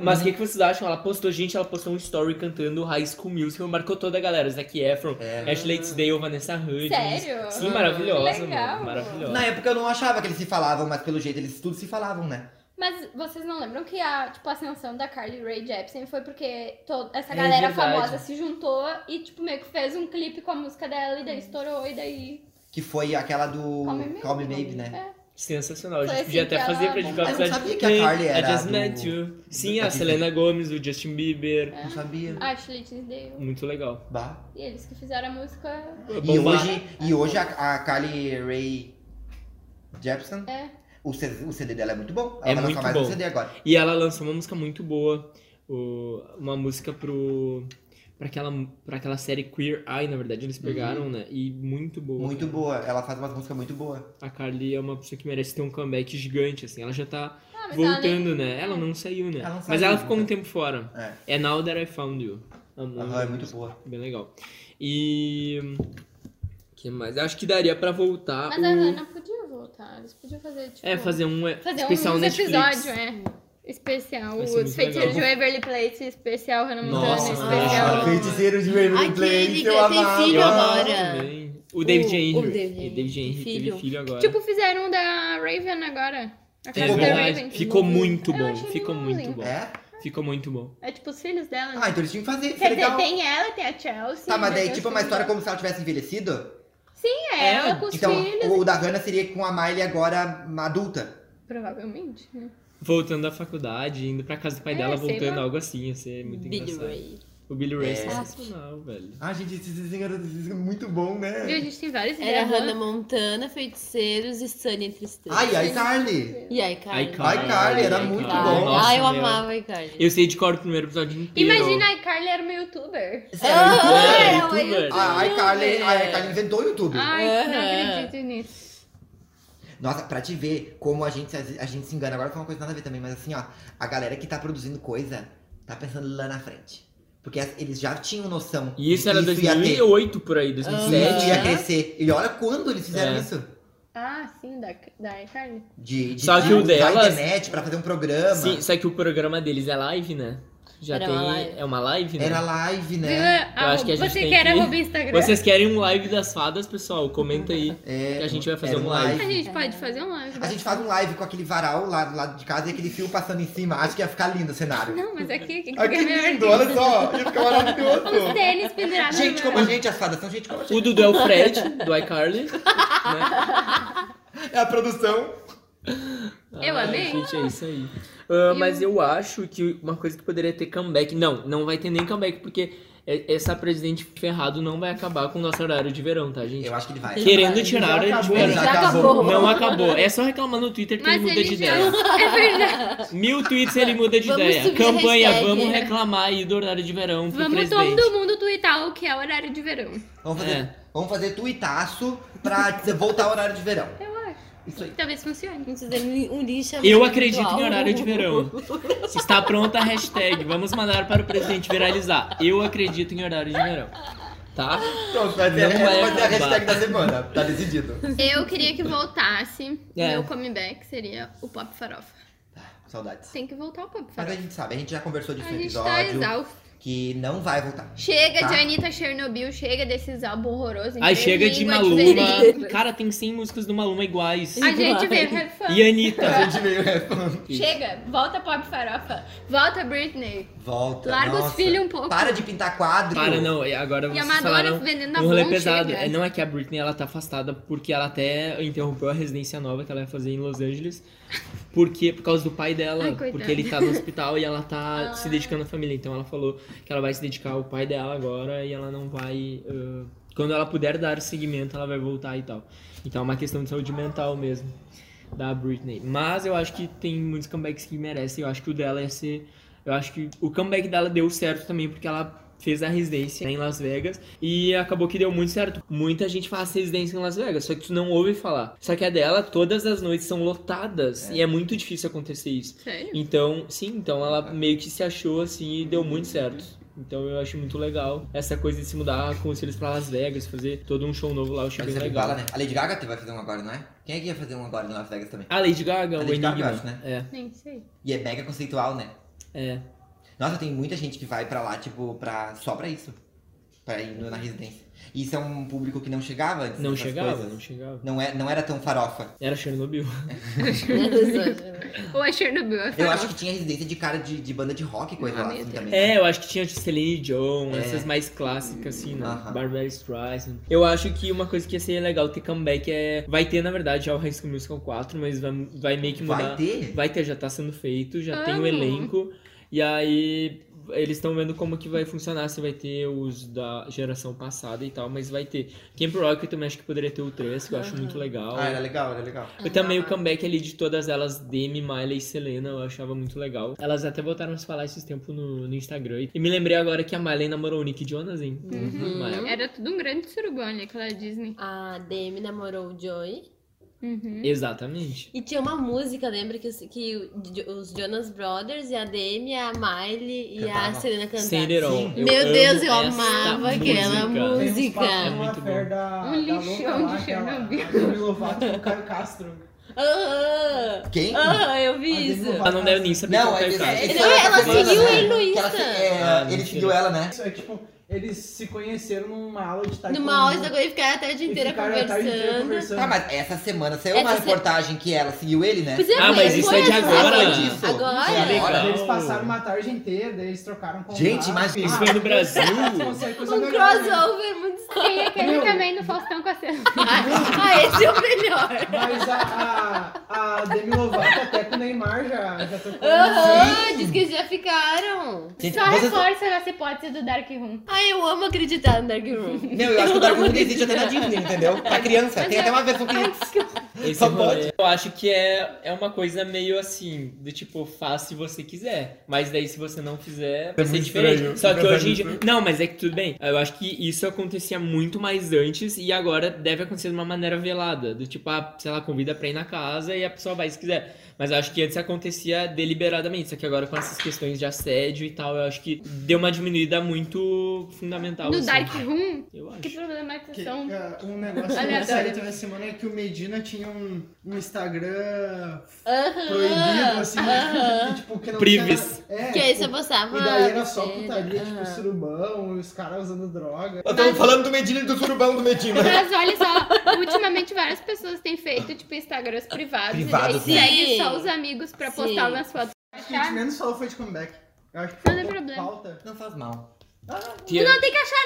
S1: Mas o que, que vocês acham? Ela postou, gente, ela postou um story cantando High School Musical, marcou toda a galera, Zac Efron,
S2: É.
S1: Ashley Tisdale, Vanessa Hudgens.
S3: Sério?
S1: Sim, maravilhosa,
S3: Legal.
S1: mano, maravilhosa.
S2: Na época eu não achava que eles se falavam, mas pelo jeito eles tudo se falavam, né?
S3: Mas vocês não lembram que a, tipo, a ascensão da Carly Rae Jepsen foi porque toda essa
S1: É
S3: galera
S1: verdade.
S3: famosa se juntou e, tipo, meio que fez um clipe com a música dela e daí estourou e daí...
S2: Que foi aquela do
S3: Calm Me Maybe.
S2: Calm Me Baby, né?
S1: Sensacional, a
S3: Foi
S1: gente
S3: assim
S1: podia até
S3: que
S1: fazer
S3: ela-
S1: pra gente
S2: Ah, eu não sabia que a
S1: Hey,
S2: Carly
S1: I
S2: era
S1: just
S2: do-
S1: met you. Sim,
S2: da
S1: a
S2: Disney.
S1: Selena Gomez, o Justin Bieber.
S2: Não sabia.
S3: Ashley Tisdale.
S1: Muito legal.
S2: Bah.
S3: E eles que fizeram a música...
S2: E
S1: Bombar.
S2: hoje, e hoje a, a Carly Ray Jepsen,
S3: É.
S2: o, C- o CD dela é muito bom. Ela
S1: É
S2: vai
S1: muito
S2: lançar mais um
S1: bom.
S2: CD agora.
S1: E ela lançou uma música muito boa. o- Uma música pro. Pra aquela, pra aquela série Queer Eye, na verdade, eles pegaram, né? E muito boa.
S2: Uhum. Muito
S1: cara.
S2: boa. Ela faz umas músicas muito boas.
S1: A Carly é uma pessoa que merece ter um comeback gigante, assim. Ela já tá
S3: Ah, mas ela nem- é.
S1: voltando, né? Ela não saiu, né?
S2: Ela não
S1: Mas
S2: saiu,
S1: ela ficou
S2: né?
S1: um tempo fora. É Now That I Found You. A
S2: Aham, é muito boa.
S1: Bem legal. E. que mais? Acho que daria pra voltar.
S3: Mas
S1: o...
S3: a Hannah podia voltar. Eles podiam fazer, tipo...
S1: É, fazer um é,
S3: fazer
S1: especial
S3: uns
S1: Netflix.
S3: episódios, é. Especial,
S1: Vai ser muito
S3: os feiticeiros de
S1: legal.
S3: Waverly Place, especial Hannah Montana,
S1: Nossa,
S3: especial...
S1: ah,
S2: Feiticeiro de Waverly
S5: Aquele
S2: Place,
S5: que
S2: eu
S5: tem
S2: amava.
S5: filho
S1: Eu amo
S5: agora.
S1: também. O David
S5: O-
S1: Henry.
S5: o David
S1: O David
S5: Henry,
S1: Henry
S5: filho.
S1: teve filho agora.
S3: Tipo, fizeram da Raven agora. A
S1: é
S3: casa da
S1: verdade.
S3: Raven.
S1: Ficou muito
S3: Eu
S1: bom.
S3: achei
S1: Ficou muito
S3: legalzinho.
S1: bom.
S2: É?
S1: Ficou muito bom.
S3: É tipo os filhos dela. né?
S2: Ah, então eles tinham que fazer, isso é
S3: Quer dizer,
S2: legal.
S3: tem ela, tem a Chelsea. né?
S2: Tá, mas daí
S3: tem
S2: tipo
S3: os
S2: uma
S3: filhos
S2: história
S3: dela.
S2: como se ela tivesse envelhecido?
S3: Sim, é ela com os
S2: Então,
S3: filhos.
S2: o da Hannah seria com a Miley agora adulta.
S3: Provavelmente, né?
S1: Voltando da faculdade, indo pra casa do pai
S3: É,
S1: dela,
S3: sei
S1: voltando,
S3: lá.
S1: algo assim, ia ser muito
S5: Billy
S1: engraçado.
S5: Ray.
S1: O Billy Ray é
S2: É.
S1: sensacional, velho.
S2: Ah, gente, esses desenhos é muito bom,
S3: Viu, a
S2: né?
S3: gente tem várias
S5: Era
S3: ideias boas.
S5: Hannah Montana, Feiticeiros e Sunny entre os três.
S2: Ai, ai, Carly.
S5: E aí, cara?
S1: Ai,
S2: Ai, Carly, era muito
S5: Ai,
S2: bom.
S1: Nossa,
S5: ai, eu
S1: meu.
S5: amava a Icarly.
S1: Eu sei de cor o primeiro episódio inteiro.
S3: Imagina, a iCarly era uma youtuber.
S2: Sério?
S1: É,
S5: Ah,
S1: youtuber.
S5: eu-
S2: A ai, Carly, ai, ai, Carly inventou o YouTube.
S3: Ai,
S5: Aham.
S3: não acredito nisso.
S2: Nossa, pra te ver como a gente, a gente se engana. Agora foi uma coisa nada a ver também, mas assim, ó. A galera que tá produzindo coisa, tá pensando lá na frente. Porque as- eles já tinham noção
S1: E isso
S2: de
S1: era
S2: que ia ter.
S1: 2008 por aí,
S2: que
S1: 2007.
S2: Isso ia crescer. E olha quando eles fizeram
S1: né? É.
S2: isso.
S3: Ah, sim, da, da iCarly.
S2: De, de
S1: Só que o
S2: usar a
S1: delas-
S2: internet pra fazer um programa.
S1: Sim, só que o programa deles é live, né? Já
S5: Era
S1: tem.
S5: uma live.
S1: É uma live, né?
S2: Era live,
S3: Viu?
S2: né?
S3: Ah,
S1: acho que a gente
S3: você
S1: tem
S3: quer
S1: que-
S3: arroba Instagram?
S1: Vocês querem um live das fadas, pessoal? Comenta aí.
S2: É,
S1: que a gente vai fazer
S2: era
S1: um live.
S3: A gente pode fazer um live.
S2: A gente faz um live com aquele varal lá do lado de casa e aquele fio passando em cima. Acho que ia ficar lindo o cenário.
S3: Não, mas aqui, aqui,
S2: Ai, que lindo, olha só. Ia ficar
S3: Os
S2: maravilhoso.
S3: tênis pendurados.
S2: Gente
S3: no
S2: como
S3: meu-
S2: a gente, as fadas são gente como a gente.
S1: O Dudu é o Fred, do iCarly. né?
S2: É a produção.
S3: Eu
S1: Ai,
S3: amei.
S1: Gente, é isso aí. Ah, mas eu acho que uma coisa que poderia ter comeback. Não, não vai ter nem comeback, porque e- essa presidente ferrado não vai acabar com o nosso horário de verão, tá, gente?
S2: Eu né? acho que ele vai.
S1: Querendo tirar o horário de
S7: acabou.
S1: verão.
S2: Ele já
S5: acabou.
S1: Não acabou. É só reclamar no Twitter que
S3: Mas
S1: ele muda
S3: ele
S1: de
S3: já-
S1: ideia.
S3: *laughs* É verdade.
S1: Mil tweets ele muda de
S5: Vamos
S1: ideia.
S5: subir a
S1: Campanha,
S5: hashtag.
S1: vamos reclamar aí do horário de verão pro
S3: Vamos
S1: presidente.
S3: todo mundo twittar o que é horário de verão.
S2: Vamos fazer,
S1: É.
S2: vamos fazer tuitaço pra voltar ao horário de verão.
S3: Eu acho.
S2: Isso aí.
S3: Talvez funcione.
S5: Não precisa de um lixo.
S1: Eu acredito em horário
S5: *laughs*
S1: de verão. Se Está pronta a hashtag. Vamos mandar para o presidente viralizar. Eu acredito em horário de verão. Tá?
S2: Pronto, Então, vai ser,
S1: Não
S2: essa
S1: vai
S3: é
S2: vai ser a
S1: acabar.
S2: hashtag da semana. Tá decidido.
S3: Eu queria que voltasse.
S1: É.
S3: Meu comeback seria o Pop Farofa.
S2: Saudades.
S3: Tem que voltar o Pop
S2: Mas a
S3: Farofa.
S2: gente sabe, a gente já conversou disso
S3: A
S2: no
S3: gente tá
S2: episódio.
S3: exausto.
S2: que não vai voltar.
S3: Chega
S2: Tá.
S3: de Anitta Chernobyl, chega desses álbum horroroso.
S1: Aí chega de
S3: é
S1: Maluma. *laughs* Cara, tem 100 músicas do Maluma iguais.
S3: A gente veio have fun.
S1: E é Anitta.
S2: A gente veio né? refando.
S3: Chega, volta Pop Farofa, volta Britney.
S2: Volta.
S3: Larga os
S2: nossa.
S3: filhos um pouco.
S2: Para de pintar quadro.
S1: Para, não. Agora
S3: E a
S1: vocês
S3: Madonna
S1: falaram
S3: vendendo a
S1: um rolê
S3: mão,
S1: pesado.
S3: chega.
S1: É, não é que a Britney ela tá afastada porque ela até interrompeu a residência nova que ela ia fazer em Los Angeles. Porque, por causa do pai dela,
S3: Ai, coitada. Ah.
S1: porque ele tá no hospital e ela
S3: *laughs*
S1: tá se dedicando à família. Então ela falou que ela vai se dedicar ao pai dela agora e ela não vai. ah, quando ela puder dar seguimento, ela vai voltar e tal. Então é uma questão de saúde mental mesmo da Britney. Mas eu acho que tem muitos comebacks que merecem. Eu acho que o dela ia ser. Eu acho que o comeback dela deu certo também, porque ela fez a residência em Las Vegas e acabou que deu muito certo. Muita gente faz residência em Las Vegas, só que tu não ouve falar. Só que a dela, todas as noites são lotadas e é muito difícil acontecer isso.
S3: Sério?
S1: Então, sim, então
S2: É.
S1: ela meio que se achou assim e deu muito certo. Então eu acho muito legal essa coisa de se mudar com os filhos pra Las Vegas, fazer todo um show novo lá, eu achei
S2: Mas
S1: bem
S2: você me
S1: legal.
S2: fala, né? A Lady Gaga tu vai fazer um agora, não é? Quem é que ia fazer um agora em Las Vegas também?
S1: A Lady Gaga,
S2: A
S1: o
S2: Lady
S1: Enigma.
S2: Gaga, eu acho, né?
S1: É,
S3: Nem sei.
S2: E é mega conceitual, né?
S1: é.
S2: Nossa, tem muita gente que vai pra lá, tipo, pra... só pra isso. Pra ir no- na residência. E isso é um público que não chegava antes
S1: Não
S2: dessas
S1: chegava,
S2: coisas.
S1: não chegava.
S2: Não, é, não era tão farofa.
S1: Era Chernobyl.
S5: Né,
S3: Ou é Chernobyl? é
S2: Eu
S3: farofa.
S2: acho que tinha residência de cara de, de banda de rock, coisa
S3: Ah,
S2: lá
S3: meu
S2: assim
S3: Deus.
S2: também.
S1: É, eu acho que tinha de Celine Dion,
S2: É.
S1: essas mais clássicas, assim, né?
S2: Aham.
S1: Barbara Streisand. Eu acho que uma coisa que ia ser legal ter comeback é... Vai ter, na verdade, já o High School Musical 4, mas vai, vai meio que mudar.
S2: Vai ter?
S1: Vai ter, já tá sendo feito, já tem o
S3: Amo.
S1: elenco. E aí eles estão vendo como que vai funcionar, se vai ter os da geração passada e tal, mas vai ter. Camp Rock eu também acho que poderia ter o 3, que eu acho muito legal.
S2: Ah, era legal, era legal.
S1: Eu também
S5: Ah.
S1: o comeback ali de todas elas, Demi, Miley e Selena, eu achava muito legal. Elas até voltaram a se falar esses tempos no, no Instagram. E- E me lembrei agora que a Miley namorou o Nick Jonas, hein?
S5: Uhum.
S1: Uma época.
S3: Era tudo um grande surubão ali, aquela Disney.
S5: A Demi namorou o Joey.
S3: Uhum.
S1: Exatamente.
S5: E tinha uma música, lembra que os, que o- de- os Jonas Brothers e a Demi, a Miley e
S2: Cantava.
S5: a Selena
S1: Sem
S5: cantaram.
S1: Deron.
S5: assim. Meu Deus,
S1: essa
S5: eu amava aquela
S1: música.
S5: música.
S1: É
S7: É
S1: muito
S7: muito
S1: bom.
S7: Da,
S3: Um
S7: da
S3: lixão
S7: louca lá,
S3: de
S7: aquela-
S3: Chernobyl.
S7: a Demi Lovato com o Caio Castro.
S5: Aham,
S2: Quem?
S5: aham, ah, eu
S7: A
S5: vi
S7: Ah, Demi
S5: isso.
S7: Lovato-
S1: Ela não deve nem saber
S2: Não,
S1: Ah, qual é
S2: ele,
S1: o caso.
S2: ele
S5: Não,
S2: foi
S5: ela
S2: essa semana,
S5: seguiu
S2: né?
S5: ele no
S2: Que ela se-
S5: Insta.
S2: é,
S1: Ah,
S2: ele
S1: mentira.
S2: seguiu ela, né?
S7: Isso é tipo, eles se conheceram numa aula de taekwondo.
S5: Numa aula da coisa ficaram a tarde
S7: E
S5: inteira
S7: ficaram a tarde inteira
S5: conversando.
S2: Ah, mas essa semana saiu uma
S5: Essa se-
S2: reportagem que ela seguiu ele, né?
S5: Pois é,
S1: Ah, mas isso é de
S5: foi
S1: agora.
S5: essa-
S2: Isso.
S5: Agora?
S1: Isso é legal.
S7: Eles passaram uma tarde inteira, daí eles trocaram contato. Ah,
S2: Gente, imagina.
S1: Isso foi no Brasil?
S5: Um crossover muito estranho.
S3: Tem aquele
S7: Meu.
S3: também do Faustão com a Selena.
S5: Ah, esse é o melhor.
S7: Mas a, a, a Demi Lovato até com o Neymar já, já trocou.
S5: Aham, diz que eles já ficaram.
S2: Gente,
S3: Só
S2: vocês-
S3: reforça essa hipótese do Dark Room.
S5: Ai, eu amo acreditar no Dark Room.
S2: Não, eu acho que o Dark Room existe até na Disney, entendeu? Pra
S5: é,
S2: criança. Tem até uma versão que.
S1: Esse
S2: Só
S1: rolê, eu acho que é, é uma coisa meio assim, do tipo, faz se você quiser. Mas daí se você não fizer, vai ser
S2: É muito
S1: diferente.
S2: estranho né?
S1: Só que
S2: pensar
S1: hoje em dia. Não, mas é que tudo bem. Eu acho que isso acontecia muito mais antes e agora deve acontecer de uma maneira velada. Do tipo, ah, sei lá, convida pra ir na casa e a pessoa vai se quiser. Mas eu acho que antes acontecia deliberadamente. Só que agora com essas questões de assédio e tal, eu acho que deu uma diminuída muito fundamental.
S3: No
S1: assim.
S3: Dark Room?
S1: Eu
S3: Que
S1: acho.
S3: problematização.
S7: Que, uh, um negócio que
S3: Aleatório.
S7: eu saí toda semana é que o Medina tinha um, um Instagram
S5: Aham.
S7: proibido, assim,
S5: Ah, aham.
S7: que, tipo, que não
S1: Privis.
S7: tinha... É,
S5: Que aí
S7: tipo,
S5: sabotava.
S7: e daí era só
S5: você.
S7: putaria, tipo,
S5: é, Aham.
S7: surubão, e os caras usando droga.
S2: Nós estamos falando do Medina e do surubão do Medina.
S3: Mas olha só, ultimamente várias pessoas têm feito, tipo, Instagrams privados.
S2: Privados,
S3: e
S2: né?
S3: daí segue
S5: Sim.
S3: só os amigos pra
S5: Sim.
S3: postar umas fotos.
S7: Acho que a gente menos falou foi de comeback. Eu acho que
S3: Não tem
S7: faltou
S3: problema.
S7: Falta.
S2: Não faz mal.
S1: Que-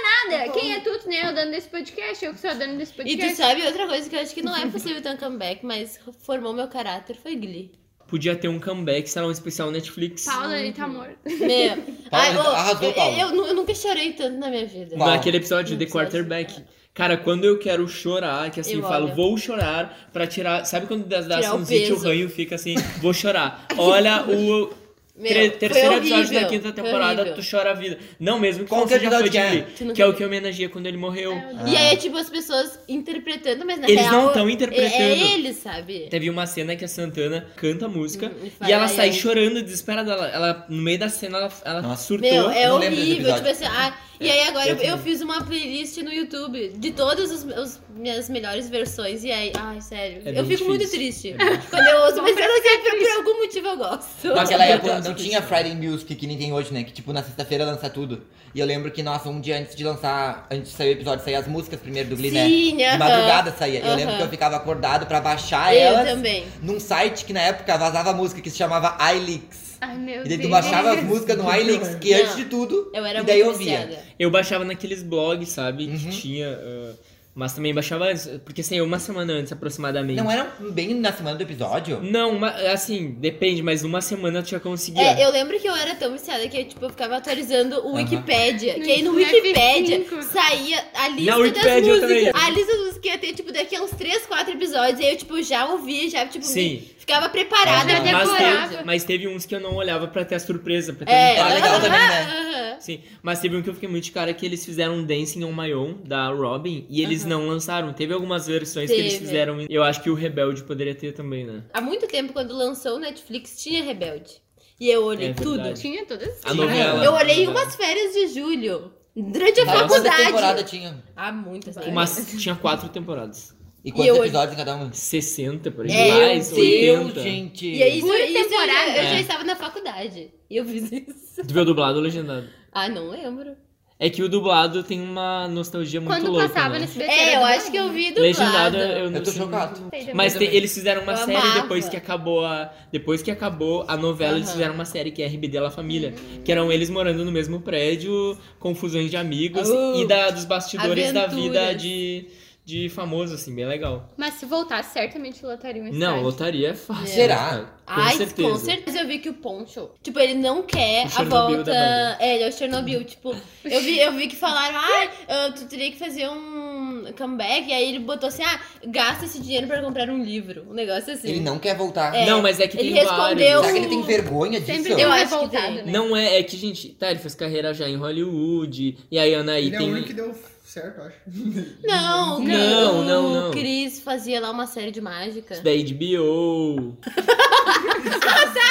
S3: Nada, quem é tu, né? Eu dando desse podcast, eu que sou dando desse
S5: E tu
S3: podcast.
S5: sabe outra coisa que eu acho que não é possível ter um comeback, mas formou meu caráter, foi Glee.
S1: podia ter um comeback, sei lá, um especial Netflix.
S8: Paula, ele tá morto.
S7: *laughs*
S5: Meu.
S2: Paula,
S5: Ai, ô,
S2: arrasou,
S5: eu-
S2: Paula.
S5: eu, eu nunca chorei tanto na minha vida.
S2: Qual?
S1: Naquele episódio de The
S5: Episódio.
S1: Quarterback. Cara, quando eu quero chorar, que assim,
S5: Eu
S1: eu falo,
S5: olho.
S1: vou chorar pra tirar. Sabe quando dá, dá assim,
S5: Tirar o
S1: sinusite, o,
S5: peso.
S1: ranho fica assim, vou chorar. Olha
S5: *laughs*
S1: o
S5: Meu,
S1: tre-
S5: foi
S1: terceiro episódio
S5: horrível,
S1: da quinta
S5: foi
S1: temporada,
S5: horrível.
S1: tu chora a vida. Não mesmo que
S2: Qual
S1: não
S2: que é
S1: seja
S2: o episódio
S1: Fudge
S2: que é?
S1: Lee,
S5: Tu nunca
S1: que é o
S5: viu.
S1: que homenageia quando ele morreu.
S5: E aí é tipo as pessoas interpretando, mas na
S1: Eles
S5: real.
S1: não estão
S5: é, é
S1: interpretando.
S5: ele, sabe?
S1: Teve uma cena que a Santana canta a música
S5: Hum,
S1: e ela
S5: fala,
S1: sai
S5: é.
S1: chorando desesperada. Ela, ela- no meio da cena, ela, ela
S2: Nossa.
S1: surtou.
S5: Meu, é
S2: não lembro desse
S5: horrível. Tipo
S2: episódio.
S5: assim, ah, e aí agora
S1: eu
S5: eu, eu
S1: também.
S5: fiz uma playlist no YouTube de todas os, os- minhas melhores versões. E aí, ai, sério.
S1: É
S5: eu
S1: bem
S5: fico muito
S1: difícil.
S5: triste
S1: É bem difícil.
S5: quando eu ouço, mas eu não sei, por, por algum motivo eu gosto.
S2: Naquela
S1: Nossa,
S2: época
S1: eu tô-
S2: não tinha Friday Music que nem tem hoje, né? Que tipo, na sexta-feira lança tudo. E eu lembro que, nossa, um dia antes de lançar, antes de sair o episódio, saía as músicas primeiro do Glee, né?
S5: Sim,
S2: De
S5: aham.
S2: madrugada saía. Eu lembro
S5: Aham.
S2: que eu ficava acordado pra baixar
S5: Eu
S2: elas
S5: também.
S2: num site que na época vazava música que se chamava iLeaks.
S8: Ai, meu
S2: E
S8: Deus.
S2: daí tu baixava as músicas no iLeaks, que
S5: Não.
S2: antes de tudo.
S5: Eu era
S2: E daí
S5: muito
S2: eu via.
S5: viciada.
S1: Eu baixava naqueles blogs, sabe?
S2: Uhum.
S1: Que tinha. ah, mas também baixava antes, porque saiu uma semana antes aproximadamente.
S2: Não é- era um bem na semana do episódio?
S1: Não, uma- assim, depende, mas uma semana tu já conseguia.
S5: É, eu lembro que eu era tão viciada que eu, tipo, eu ficava atualizando o
S2: Aham.
S5: Wikipedia.
S8: No
S5: Que aí no
S8: F5.
S5: Wikipedia saía a lista
S1: Wikipédia eu
S5: das
S1: também.
S5: músicas. A lista das músicas que ia ter, tipo, daqui a uns 3, 4 episódios. E aí eu, tipo, já ouvia, já, tipo,
S1: Sim.
S5: me- ficava preparada.
S2: Aham.
S5: pra
S1: mas,
S5: decorar.
S1: teve, mas teve uns que eu não olhava pra ter a surpresa, pra ter
S5: É,
S1: um
S2: Era
S1: impacto.
S2: legal também, né?
S5: Aham.
S1: Sim, mas teve um que eu fiquei muito de cara que eles fizeram um Dancing on My Own da Robin e eles não lançaram. Teve algumas versões que eles
S5: Teve.
S1: fizeram. e Eu acho que o Rebelde poderia ter também, né?
S5: Há muito tempo, quando lançou o Netflix, tinha Rebelde. E eu olhei
S1: É
S5: tudo.
S1: verdade.
S8: Tinha todas.
S1: A novela.
S5: Eu olhei
S1: Verdade.
S5: umas férias de julho. Durante a
S2: Na segunda temporada
S5: faculdade.
S2: tinha.
S5: Há muitas
S1: Umas, tinha quatro temporadas.
S2: E
S5: eu
S2: quantos
S5: olhei-
S2: episódios em cada um?
S1: 60, por aí.
S5: É, eu
S1: mais,
S2: Meu
S1: 80.
S2: gente!
S5: E aí, isso,
S8: Por
S5: isso eu, já,
S8: temporada.
S5: eu já
S1: É.
S5: estava na faculdade. E eu fiz isso.
S1: Tu viu dublado ou legendado?
S5: Ah, não lembro.
S1: É que o dublado tem uma nostalgia muito
S8: Quando
S1: louca.
S8: passava
S1: né?
S8: nesse BT.
S5: É, eu acho que eu vi dublado.
S1: Legendado, eu não
S2: Eu tô
S1: sei.
S2: chocado.
S1: Mas
S2: Eu
S1: tem-
S2: também.
S1: eles fizeram uma
S5: Eu
S1: série
S5: amava.
S1: depois que acabou a depois que acabou a novela, eles
S5: Aham.
S1: fizeram uma série que é RBD La Família, que eram eles morando no mesmo prédio, confusões de amigos
S5: Uh,
S1: e da dos bastidores da vida
S5: aventuras.
S1: de de famoso assim, bem legal.
S8: Mas se voltar, certamente
S3: um
S8: lotariam esse
S1: Não, lotaria é fácil.
S2: Será?
S1: né, cara? Com
S5: Ai,
S1: certeza.
S5: com certeza eu vi que o Poncho, tipo, ele não quer
S1: O
S5: a
S1: Chernobyl
S5: volta.
S1: da banda.
S5: É, ele é o Chernobyl, tipo, eu vi, eu vi que falaram, ai, ah, tu teria que fazer um comeback, e aí ele botou assim, ah, gasta esse dinheiro pra comprar um livro. Um negócio assim.
S2: Ele não quer voltar.
S5: É.
S1: Não, mas é que
S5: Ele
S1: tem
S5: respondeu-
S2: Será
S5: um,
S1: vários. assim.
S2: que ele tem vergonha disso?
S8: Sempre tem
S5: Eu
S8: um
S5: acho que
S8: revoltado,
S5: tem.
S8: né?
S1: Não é, é que gente, tá, ele fez carreira já em Hollywood e aí Anaí
S7: Ele é o
S1: tem
S7: único que deu certo, eu *laughs* acho.
S5: Não, o-
S1: Não,
S5: o
S1: não, não.
S5: Chris fazia lá uma série de *laughs* mágica.
S1: da HBO.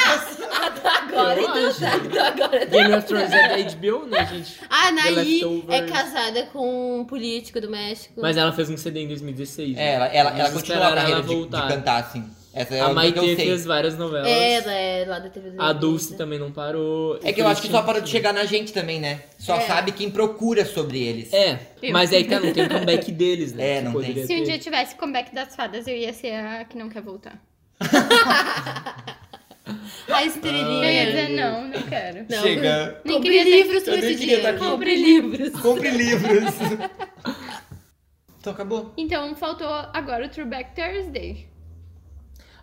S5: Agora, então,
S1: Lógico.
S5: tá, então agora tá.
S1: Game of Thrones é da HBO, né, gente?
S5: A Anaí é
S1: Leftovers.
S5: casada com um político do México.
S1: Mas ela fez um CD em 2016.
S2: É, ela, ela, ela
S1: Eles
S2: continua a
S1: esperaram
S2: carreira
S1: ela
S2: de, de
S1: voltar.
S2: cantar, assim. Essa é
S1: né? A
S2: o que eu
S1: Maite
S2: sei.
S1: fez várias novelas.
S5: Ela é lá da TV
S1: A Dulce também não parou.
S2: É que eu acho que só
S1: né?
S2: parou de chegar na gente também, né? Só sabe quem procura sobre eles.
S1: É, mas aí tá, não tem comeback deles, né?
S2: É,
S1: que
S2: não
S1: poderia
S8: Se um
S1: ter.
S8: dia tivesse comeback das fadas, eu ia ser a que não quer voltar.
S5: A
S8: Eu
S1: Ah,
S8: ia
S1: é.
S5: estrelinha.
S8: dizer, não, não quero.
S5: Ah, é. Não,
S2: Chega.
S8: Nem
S5: Compre
S8: queria ter-
S5: livros com
S2: Eu nem
S5: esse
S2: queria
S5: dinheiro.
S2: estar aqui.
S5: Compre livros.
S2: Compre livros. *laughs* então acabou.
S8: Então faltou agora o Throwback
S5: *laughs*
S8: Thursday.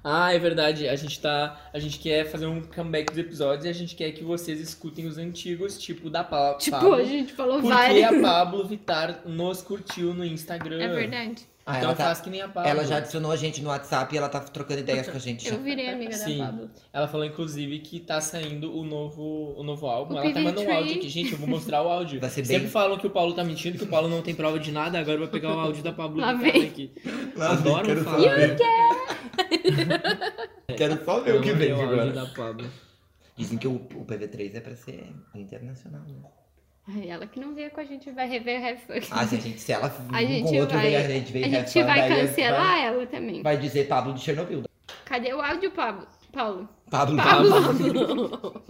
S1: Ah, é verdade. A gente tá. A gente quer fazer um comeback dos episódios e a gente quer que vocês escutem os antigos, tipo da Pa-
S8: Tipo,
S1: Pablo.
S8: a gente falou
S1: Porque
S8: vários.
S1: a Pablo Vittar nos curtiu no Instagram.
S8: É verdade.
S2: Ah,
S1: Então
S2: ela, tá-
S1: faz que nem a Pablo.
S2: ela já adicionou a gente no WhatsApp e ela tá trocando ideias com a gente. já.
S8: Eu virei amiga
S1: Sim.
S8: da Pablo.
S1: Ela falou, inclusive, que tá saindo o novo, o novo álbum.
S8: O
S1: ela tá
S8: PV3.
S1: mandando um áudio aqui, gente. Eu vou mostrar o áudio.
S2: Vai ser
S1: Sempre
S2: bem-
S1: falam que o Paulo tá mentindo, que o Paulo não tem prova de nada. Agora vai pegar o áudio da Pablo
S8: Lá
S1: do
S8: vem.
S1: cara aqui. Adoram falar.
S2: Quero só
S1: Eu amei o áudio da
S8: *laughs*
S1: Pablo.
S2: Dizem que o, o PV3 é pra ser internacional, né?
S8: Ai, ela que não veio com a gente vai rever o Headfuck.
S2: Ah, se a gente, se ela
S8: A
S2: vir
S8: gente
S2: com outro,
S8: vai-
S2: daí a gente vem
S8: A gente
S2: refã,
S8: vai
S2: daí é
S8: cancelar
S2: vai-
S8: ela também.
S2: Vai dizer Pablo de Chernobyl.
S8: Cadê o áudio, Pablo? Paulo.
S2: Pablo,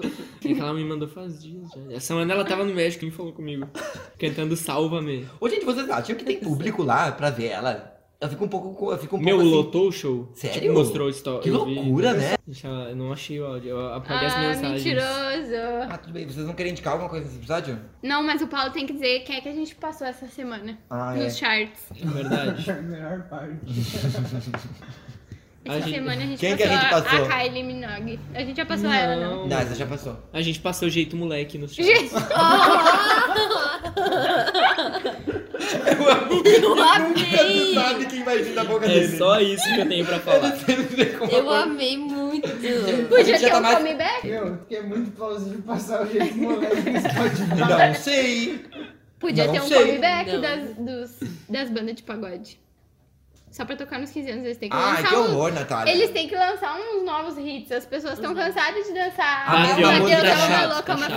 S1: É que ela me mandou faz dias já. Essa semana ela tava no México e falou comigo. Cantando Salva-me.
S2: Ô, gente, vocês acham que tem público lá pra ver ela? Eu fico um pouco. co- Eu fico um
S1: Meu,
S2: pouco assim,
S1: lotou o show.
S2: Sério?
S1: Tipo, mostrou o story.
S2: Que loucura, né?
S1: Deixa eu- eu não achei o áudio. Eu apaguei as
S8: Ah,
S1: mensagens.
S8: mentiroso.
S2: Ah, tudo bem. Vocês não querem indicar alguma coisa nesse episódio?
S8: Não, mas o Paulo tem que dizer quem é que a gente passou essa semana
S2: Ah, é.
S8: nos charts.
S1: Verdade.
S7: A melhor parte.
S1: A
S3: Essa
S1: gente-
S3: semana a gente
S2: Quem é que a
S3: passou,
S2: gente passou?
S3: a Kylie Minogue. A gente já passou ela, não?
S2: Não, essa já passou. *laughs*
S1: A gente passou jeito
S8: *laughs*
S1: moleque no chat.
S3: *laughs* Gente,
S5: Eu amei!
S2: sabe quem vai vir da boca
S1: É só isso que eu tenho pra falar.
S5: Eu amei muito!
S2: já
S3: podia ter
S2: tá
S3: um
S2: mais-
S3: comeback?
S7: Eu fiquei muito plausível passar o jeito
S1: *laughs*
S7: moleque nesse podcast.
S2: Não sei.
S3: Podia
S2: Não
S3: ter um
S2: sei.
S3: comeback
S5: Não.
S3: das, dos- das bandas de pagode. Só pra tocar nos 15 anos, eles têm que
S2: Ai,
S3: lançar
S2: que
S3: um-
S2: horror, Natália.
S3: Eles têm que lançar uns novos hits. As pessoas estão cansadas de dançar.
S1: Ah,
S3: uma
S1: viu?
S3: Matilda
S1: Tá
S3: é uma
S1: chato,
S3: louca,
S1: tá
S3: uma
S1: chato,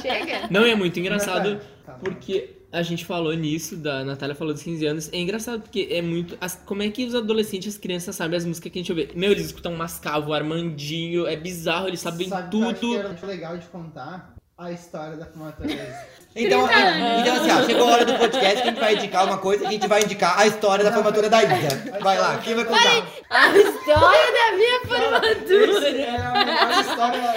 S2: *laughs*
S3: Chega.
S1: Não, é muito engraçado
S7: Tá.
S1: porque a gente falou nisso, da Natália falou dos 15 anos. É engraçado porque é muito. as- como é que os adolescentes, as crianças sabem as músicas que a gente ouve? Meu, eles escutam Mascavo, Armandinho, é bizarro, eles sabem
S7: Sabe que eu acho
S1: tudo.
S7: que era legal de contar a história da Fumata
S5: *laughs*
S7: Laser.
S2: Então,
S3: 30 anos.
S2: então assim, ó, chegou a hora do podcast que a gente vai indicar uma coisa, a gente vai indicar a história da formatura da Isa. Vai lá, quem vai contar?
S5: A história da minha
S7: Esse é a melhor história
S5: formatura!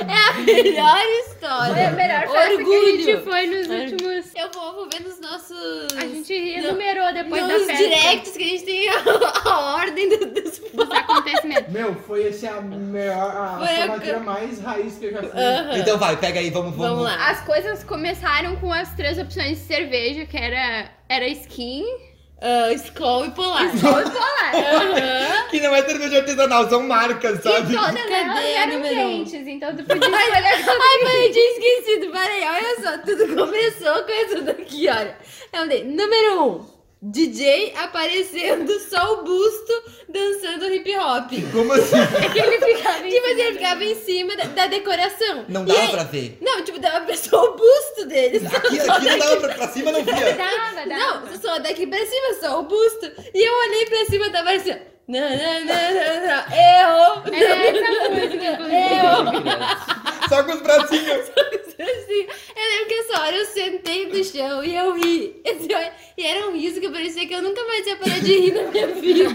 S5: É Melhor
S3: Foi a
S5: história!
S3: melhor festa que a gente
S5: Orgulho.
S3: foi nos
S5: Orgulho.
S3: últimos...
S5: Eu vou, vou ver nos nossos.
S3: A gente renumerou depois da
S5: nos
S3: festa.
S5: directs que a gente tem *laughs* a, a ordem do- dos.
S3: Dos acontecimentos.
S7: Meu, foi esse a melhor, a
S5: Foi a
S7: formatura mais raiz que eu já fui.
S5: Aham.
S2: Então vai, pega aí, vamos, vamos.
S5: Vamos lá.
S3: As coisas começaram com as três opções de cerveja, que era, era skin, né?
S5: Ah, Skol e Polar.
S3: ou polar.
S2: Que não é cerveja artesanal, são marcas,
S3: E né?
S2: sabe?
S3: todas elas
S5: Cadê o
S3: eram
S5: número um?
S3: quentes, então tu podia escolher...
S5: Ai, mas eu tinha esquecido. Peraí, olha só. Tudo começou com isso daqui, olha. É um de- Número 1. Um, DJ aparecendo só o busto dançando hip hop.
S3: *laughs*
S2: Como assim?
S3: É Ele ficava em
S5: Tipo assim,
S3: cima
S5: ele ficava em cima da, da decoração.
S2: Não
S5: E aí-
S2: dava pra ver.
S5: Não, tipo, dava só o busto dele. só-
S2: Aqui, aqui não dava pra, pra cima, não via.
S3: Dava, dava.
S5: *laughs* Não, só daqui pra cima, só o busto. E eu olhei pra cima, tava assim, ó. não, não, não, não, não, errou.
S3: Era essa música, inclusive.
S2: Só com os bracinhos.
S5: Assim, eu lembro que essa hora eu sentei no chão e eu ri. Assim, ó, E era um riso que parecia que eu nunca mais ia parar de rir na minha vida.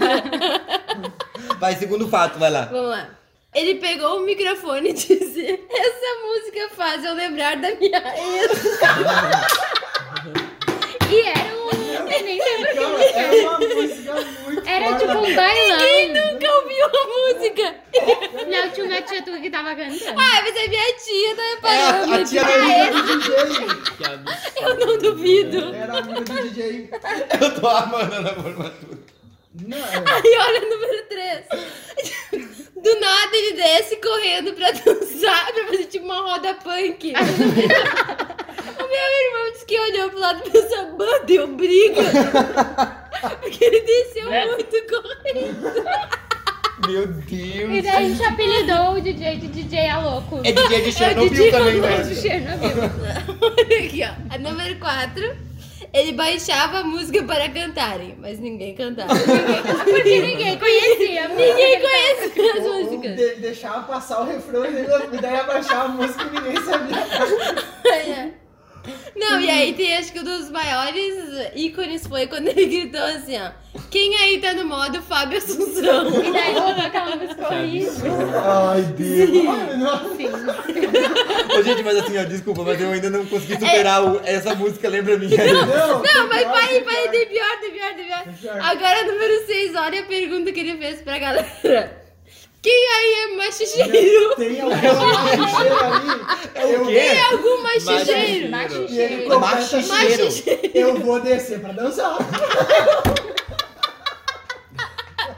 S2: *laughs* Vai, segundo fato, vai lá.
S5: Vamos lá. Ele pegou o microfone e disse: Essa música faz eu lembrar da minha ex.
S3: E era um... Eu nem lembro o que
S7: Cara, é uma música muito
S3: Era
S7: foda.
S3: tipo um bailão.
S5: Nunca ouviu a música.
S3: Não, tinha uma tia tua que tava cantando.
S5: Ah, mas é minha tia, tá
S2: É a, a
S5: reparando.
S2: tia da Isa.
S7: DJ.
S1: Que absurdo.
S5: Eu não duvido.
S7: Era amiga do DJ.
S2: Eu tô amando a formatura.
S7: Não, é-
S5: Aí olha o número 3. Do nada ele desce correndo pra dançar, pra fazer tipo uma roda punk. o meu irmão disse que olhou pro lado e pensou, "Mano, deu briga. Porque ele desceu muito correndo.
S2: Meu Deus.
S3: E
S5: é-
S3: daí a gente apelidou o DJ de DJ a louco.
S2: É DJ de
S5: DJ
S2: Chernobyl também,
S3: De
S2: né?
S3: Chernobyl.
S5: Aqui, ó. A número 4. Ele baixava a música para cantarem, mas ninguém cantava.
S3: Porque ninguém conhecia.
S5: ninguém conhecia
S7: ou-
S5: as
S7: ou
S5: músicas.
S7: de- deixava passar o refrão e daí abaixar a música e ninguém sabia.
S5: É. Não, e aí tem acho que um dos maiores ícones foi quando ele gritou assim, ó. Quem aí tá no modo Fábio Assunção?
S3: E *laughs* daí rolou aquela música horrível.
S7: Ai, Deus. Ai, não.
S2: Ô, gente, mas assim, ó, desculpa, mas eu ainda não
S5: É.
S2: consegui superar o- essa música, lembra minha.
S7: Não,
S5: Não, mas
S7: vai,
S5: peraí, peraí, tem pior, tem pior, tem pior. Agora, número 6, olha a pergunta que ele fez pra galera. Quem aí é machicheiro?
S7: Tem alguma cheiro ali. É o
S2: quê?
S5: Algum machicheiro?
S2: Machicheiro.
S7: E ele
S3: Machicheiro.
S7: completa
S2: Machicheiro.
S7: Eu vou descer
S2: *laughs*
S7: pra dançar.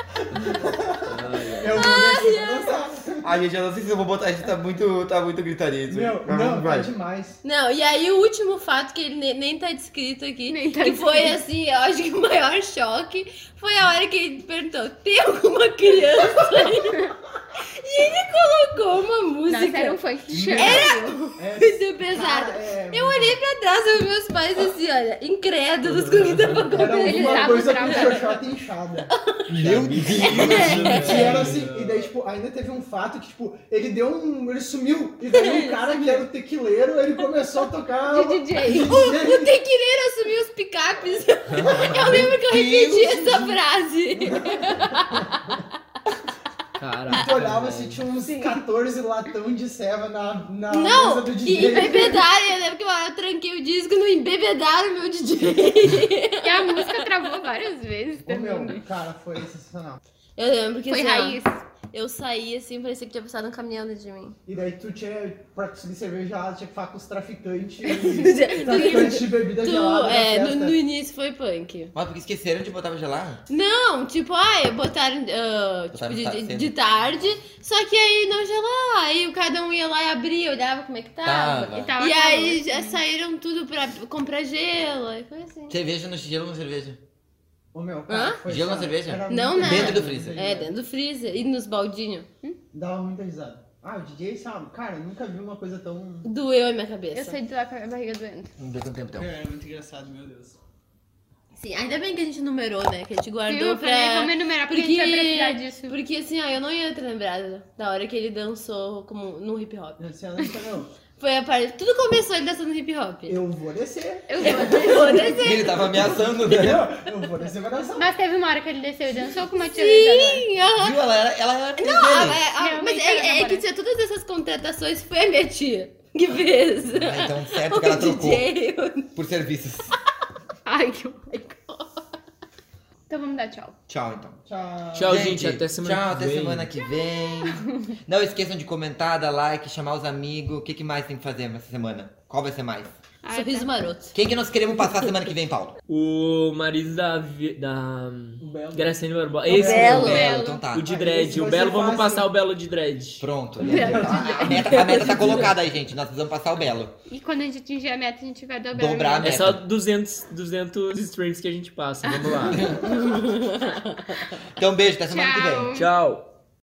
S7: Eu vou descer pra dançar.
S2: Ai, gente, eu não sei se eu vou botar, a gente tá muito, tá muito gritaria isso aí.
S7: Meu,
S2: Mas
S7: não, tá
S2: vai.
S7: demais.
S5: Não, e aí o último fato que ele ne- nem tá descrito aqui,
S3: Nem tá
S5: que foi assim, eu acho que o maior choque, foi a hora que ele perguntou, tem alguma criança
S3: *laughs*
S5: aí? e ele colocou uma
S3: Nossa,
S5: música
S3: era um funk de Chernobyl.
S7: É,
S5: muito
S7: cara,
S5: pesada.
S7: é,
S5: Eu olhei pra trás, eu vi meus pais assim, olha, incrédulos com o que tá tava acontecendo.
S7: Era
S3: Ele
S7: alguma
S3: tava
S7: coisa com
S3: travado.
S7: xoxota inchada.
S2: Meu
S5: *laughs*
S2: Deus.
S7: E era assim, e daí, tipo, ainda teve um fato que, tipo, ele deu um. Ele sumiu. E daí um cara que era o tequileiro, ele começou a tocar.
S3: De
S7: *laughs*
S3: DJ.
S5: O tequileiro assumiu os picapes. Eu lembro que eu repeti essa frase.
S7: Tu
S1: Caraca.
S7: é- olhava assim, tinha uns 14 latão de ceva na, na mesa
S5: Não,
S7: do
S5: e
S7: DJ.
S5: embebedaram, eu lembro que uma hora eu tranquei o disco e não embebedaram meu DJ.
S3: E a música travou várias vezes
S7: Ô,
S3: também.
S7: meu, cara, foi sensacional.
S5: Eu lembro que
S3: Foi
S5: assim, ó,
S3: raiz.
S2: É.
S5: Eu saí assim, parecia que tinha passado um caminhão dentro de *laughs* mim.
S7: E daí tu tinha, pra conseguir cerveja gelada, tinha que falar com os
S5: *laughs*
S7: traficantes.
S5: tu,
S7: traficantes de bebida gelada.
S5: tu,
S7: na
S5: é, no,
S7: festa.
S5: no início foi punk.
S2: Mas porque esqueceram de botar pra gelar?
S5: Não, tipo, ai, botaram,
S2: Botaram
S5: ah, tipo,
S2: tarde
S5: de- de,
S2: cedo.
S5: de tarde, só que aí não gelava. Aí cada um ia lá e abria, olhava como é que tava. né?
S2: Tava.
S3: Tava
S5: E
S3: calor.
S5: aí já saíram tudo pra comprar gelo e coisa assim.
S2: Cerveja no gelo na cerveja.
S7: Ô meu, cara,
S5: Hã?
S7: foi
S2: Gelo na
S7: chato.
S2: cerveja?
S7: Era
S5: Não,
S7: muito
S5: né?
S7: bom,
S2: Dentro do freezer.
S5: É, dentro do freezer e nos baldinhos.
S7: Dava muita risada. Ah, o DJ sabe, cara, eu nunca vi uma coisa tão.
S5: Doeu a minha cabeça.
S3: Eu saí de lá com a minha barriga doendo.
S2: Não deu tanto tempo, então.
S7: É, muito engraçado, meu Deus.
S5: Sim, ainda bem que a gente numerou, né? Que a gente guardou
S3: Viu?
S5: pra...
S3: Falei, vamos enumerar porque, a gente vai precisar disso.
S5: Porque assim, ó, eu não ia ter lembrado da hora que ele dançou como no hip hop.
S7: Você não tá, não.
S5: Foi a parte. Tudo começou ele dançando hip hop.
S7: Eu vou descer. *laughs*
S3: Eu vou.
S5: vou descer.
S2: Ele tava ameaçando, né?
S7: Eu vou descer pra dançar.
S3: Mas teve uma hora que ele desceu e dançou com uma tia Sim.
S5: aham.
S2: Viu? Ela era, ela era né? atriz
S5: Ah,
S2: dele.
S5: é, ah,
S3: Realmente
S5: é, mas
S3: era
S5: é, é
S3: namorado.
S5: que tinha todas essas contratações, foi a minha tia que fez.
S2: Ah, então
S5: *laughs*
S2: certo que ela
S5: O
S2: trocou
S5: DJ, o-
S2: por serviços.
S3: Ai, que
S5: *laughs*
S3: Então vamos dar tchau.
S2: Tchau, então.
S7: Tchau.
S6: Tchau, gente. até semana
S2: tchau,
S6: que
S2: até
S6: vem.
S2: semana que vem. Não esqueçam de comentar, dar like, chamar os amigos. O que, que mais tem que fazer essa semana? Qual vai ser mais?
S3: Ai,
S5: Sorriso maroto.
S2: Quem que nós queremos passar semana que vem, Paulo?
S6: O marido da, Vi- da
S7: Um belo.
S6: Graciane Barbosa.
S7: O
S6: Esse
S5: Belo.
S2: O
S6: mesmo.
S2: Belo, então tá.
S6: O de
S7: Ah,
S6: dread.
S7: esse
S6: O
S7: vai
S6: Belo,
S7: ser
S6: vamos
S7: fácil.
S6: passar o Belo de dread.
S2: Pronto. né? A meta, a meta tá colocada aí, gente. Nós precisamos passar o Belo.
S3: E quando a gente atingir a meta, a gente vai dobrar.
S2: Dobrar a
S6: É
S2: meta.
S6: só 200, 200
S7: *laughs*
S6: streams que a gente passa. Vamos lá.
S2: Então, beijo. Até semana que vem.
S3: Tchau.
S6: Tchau.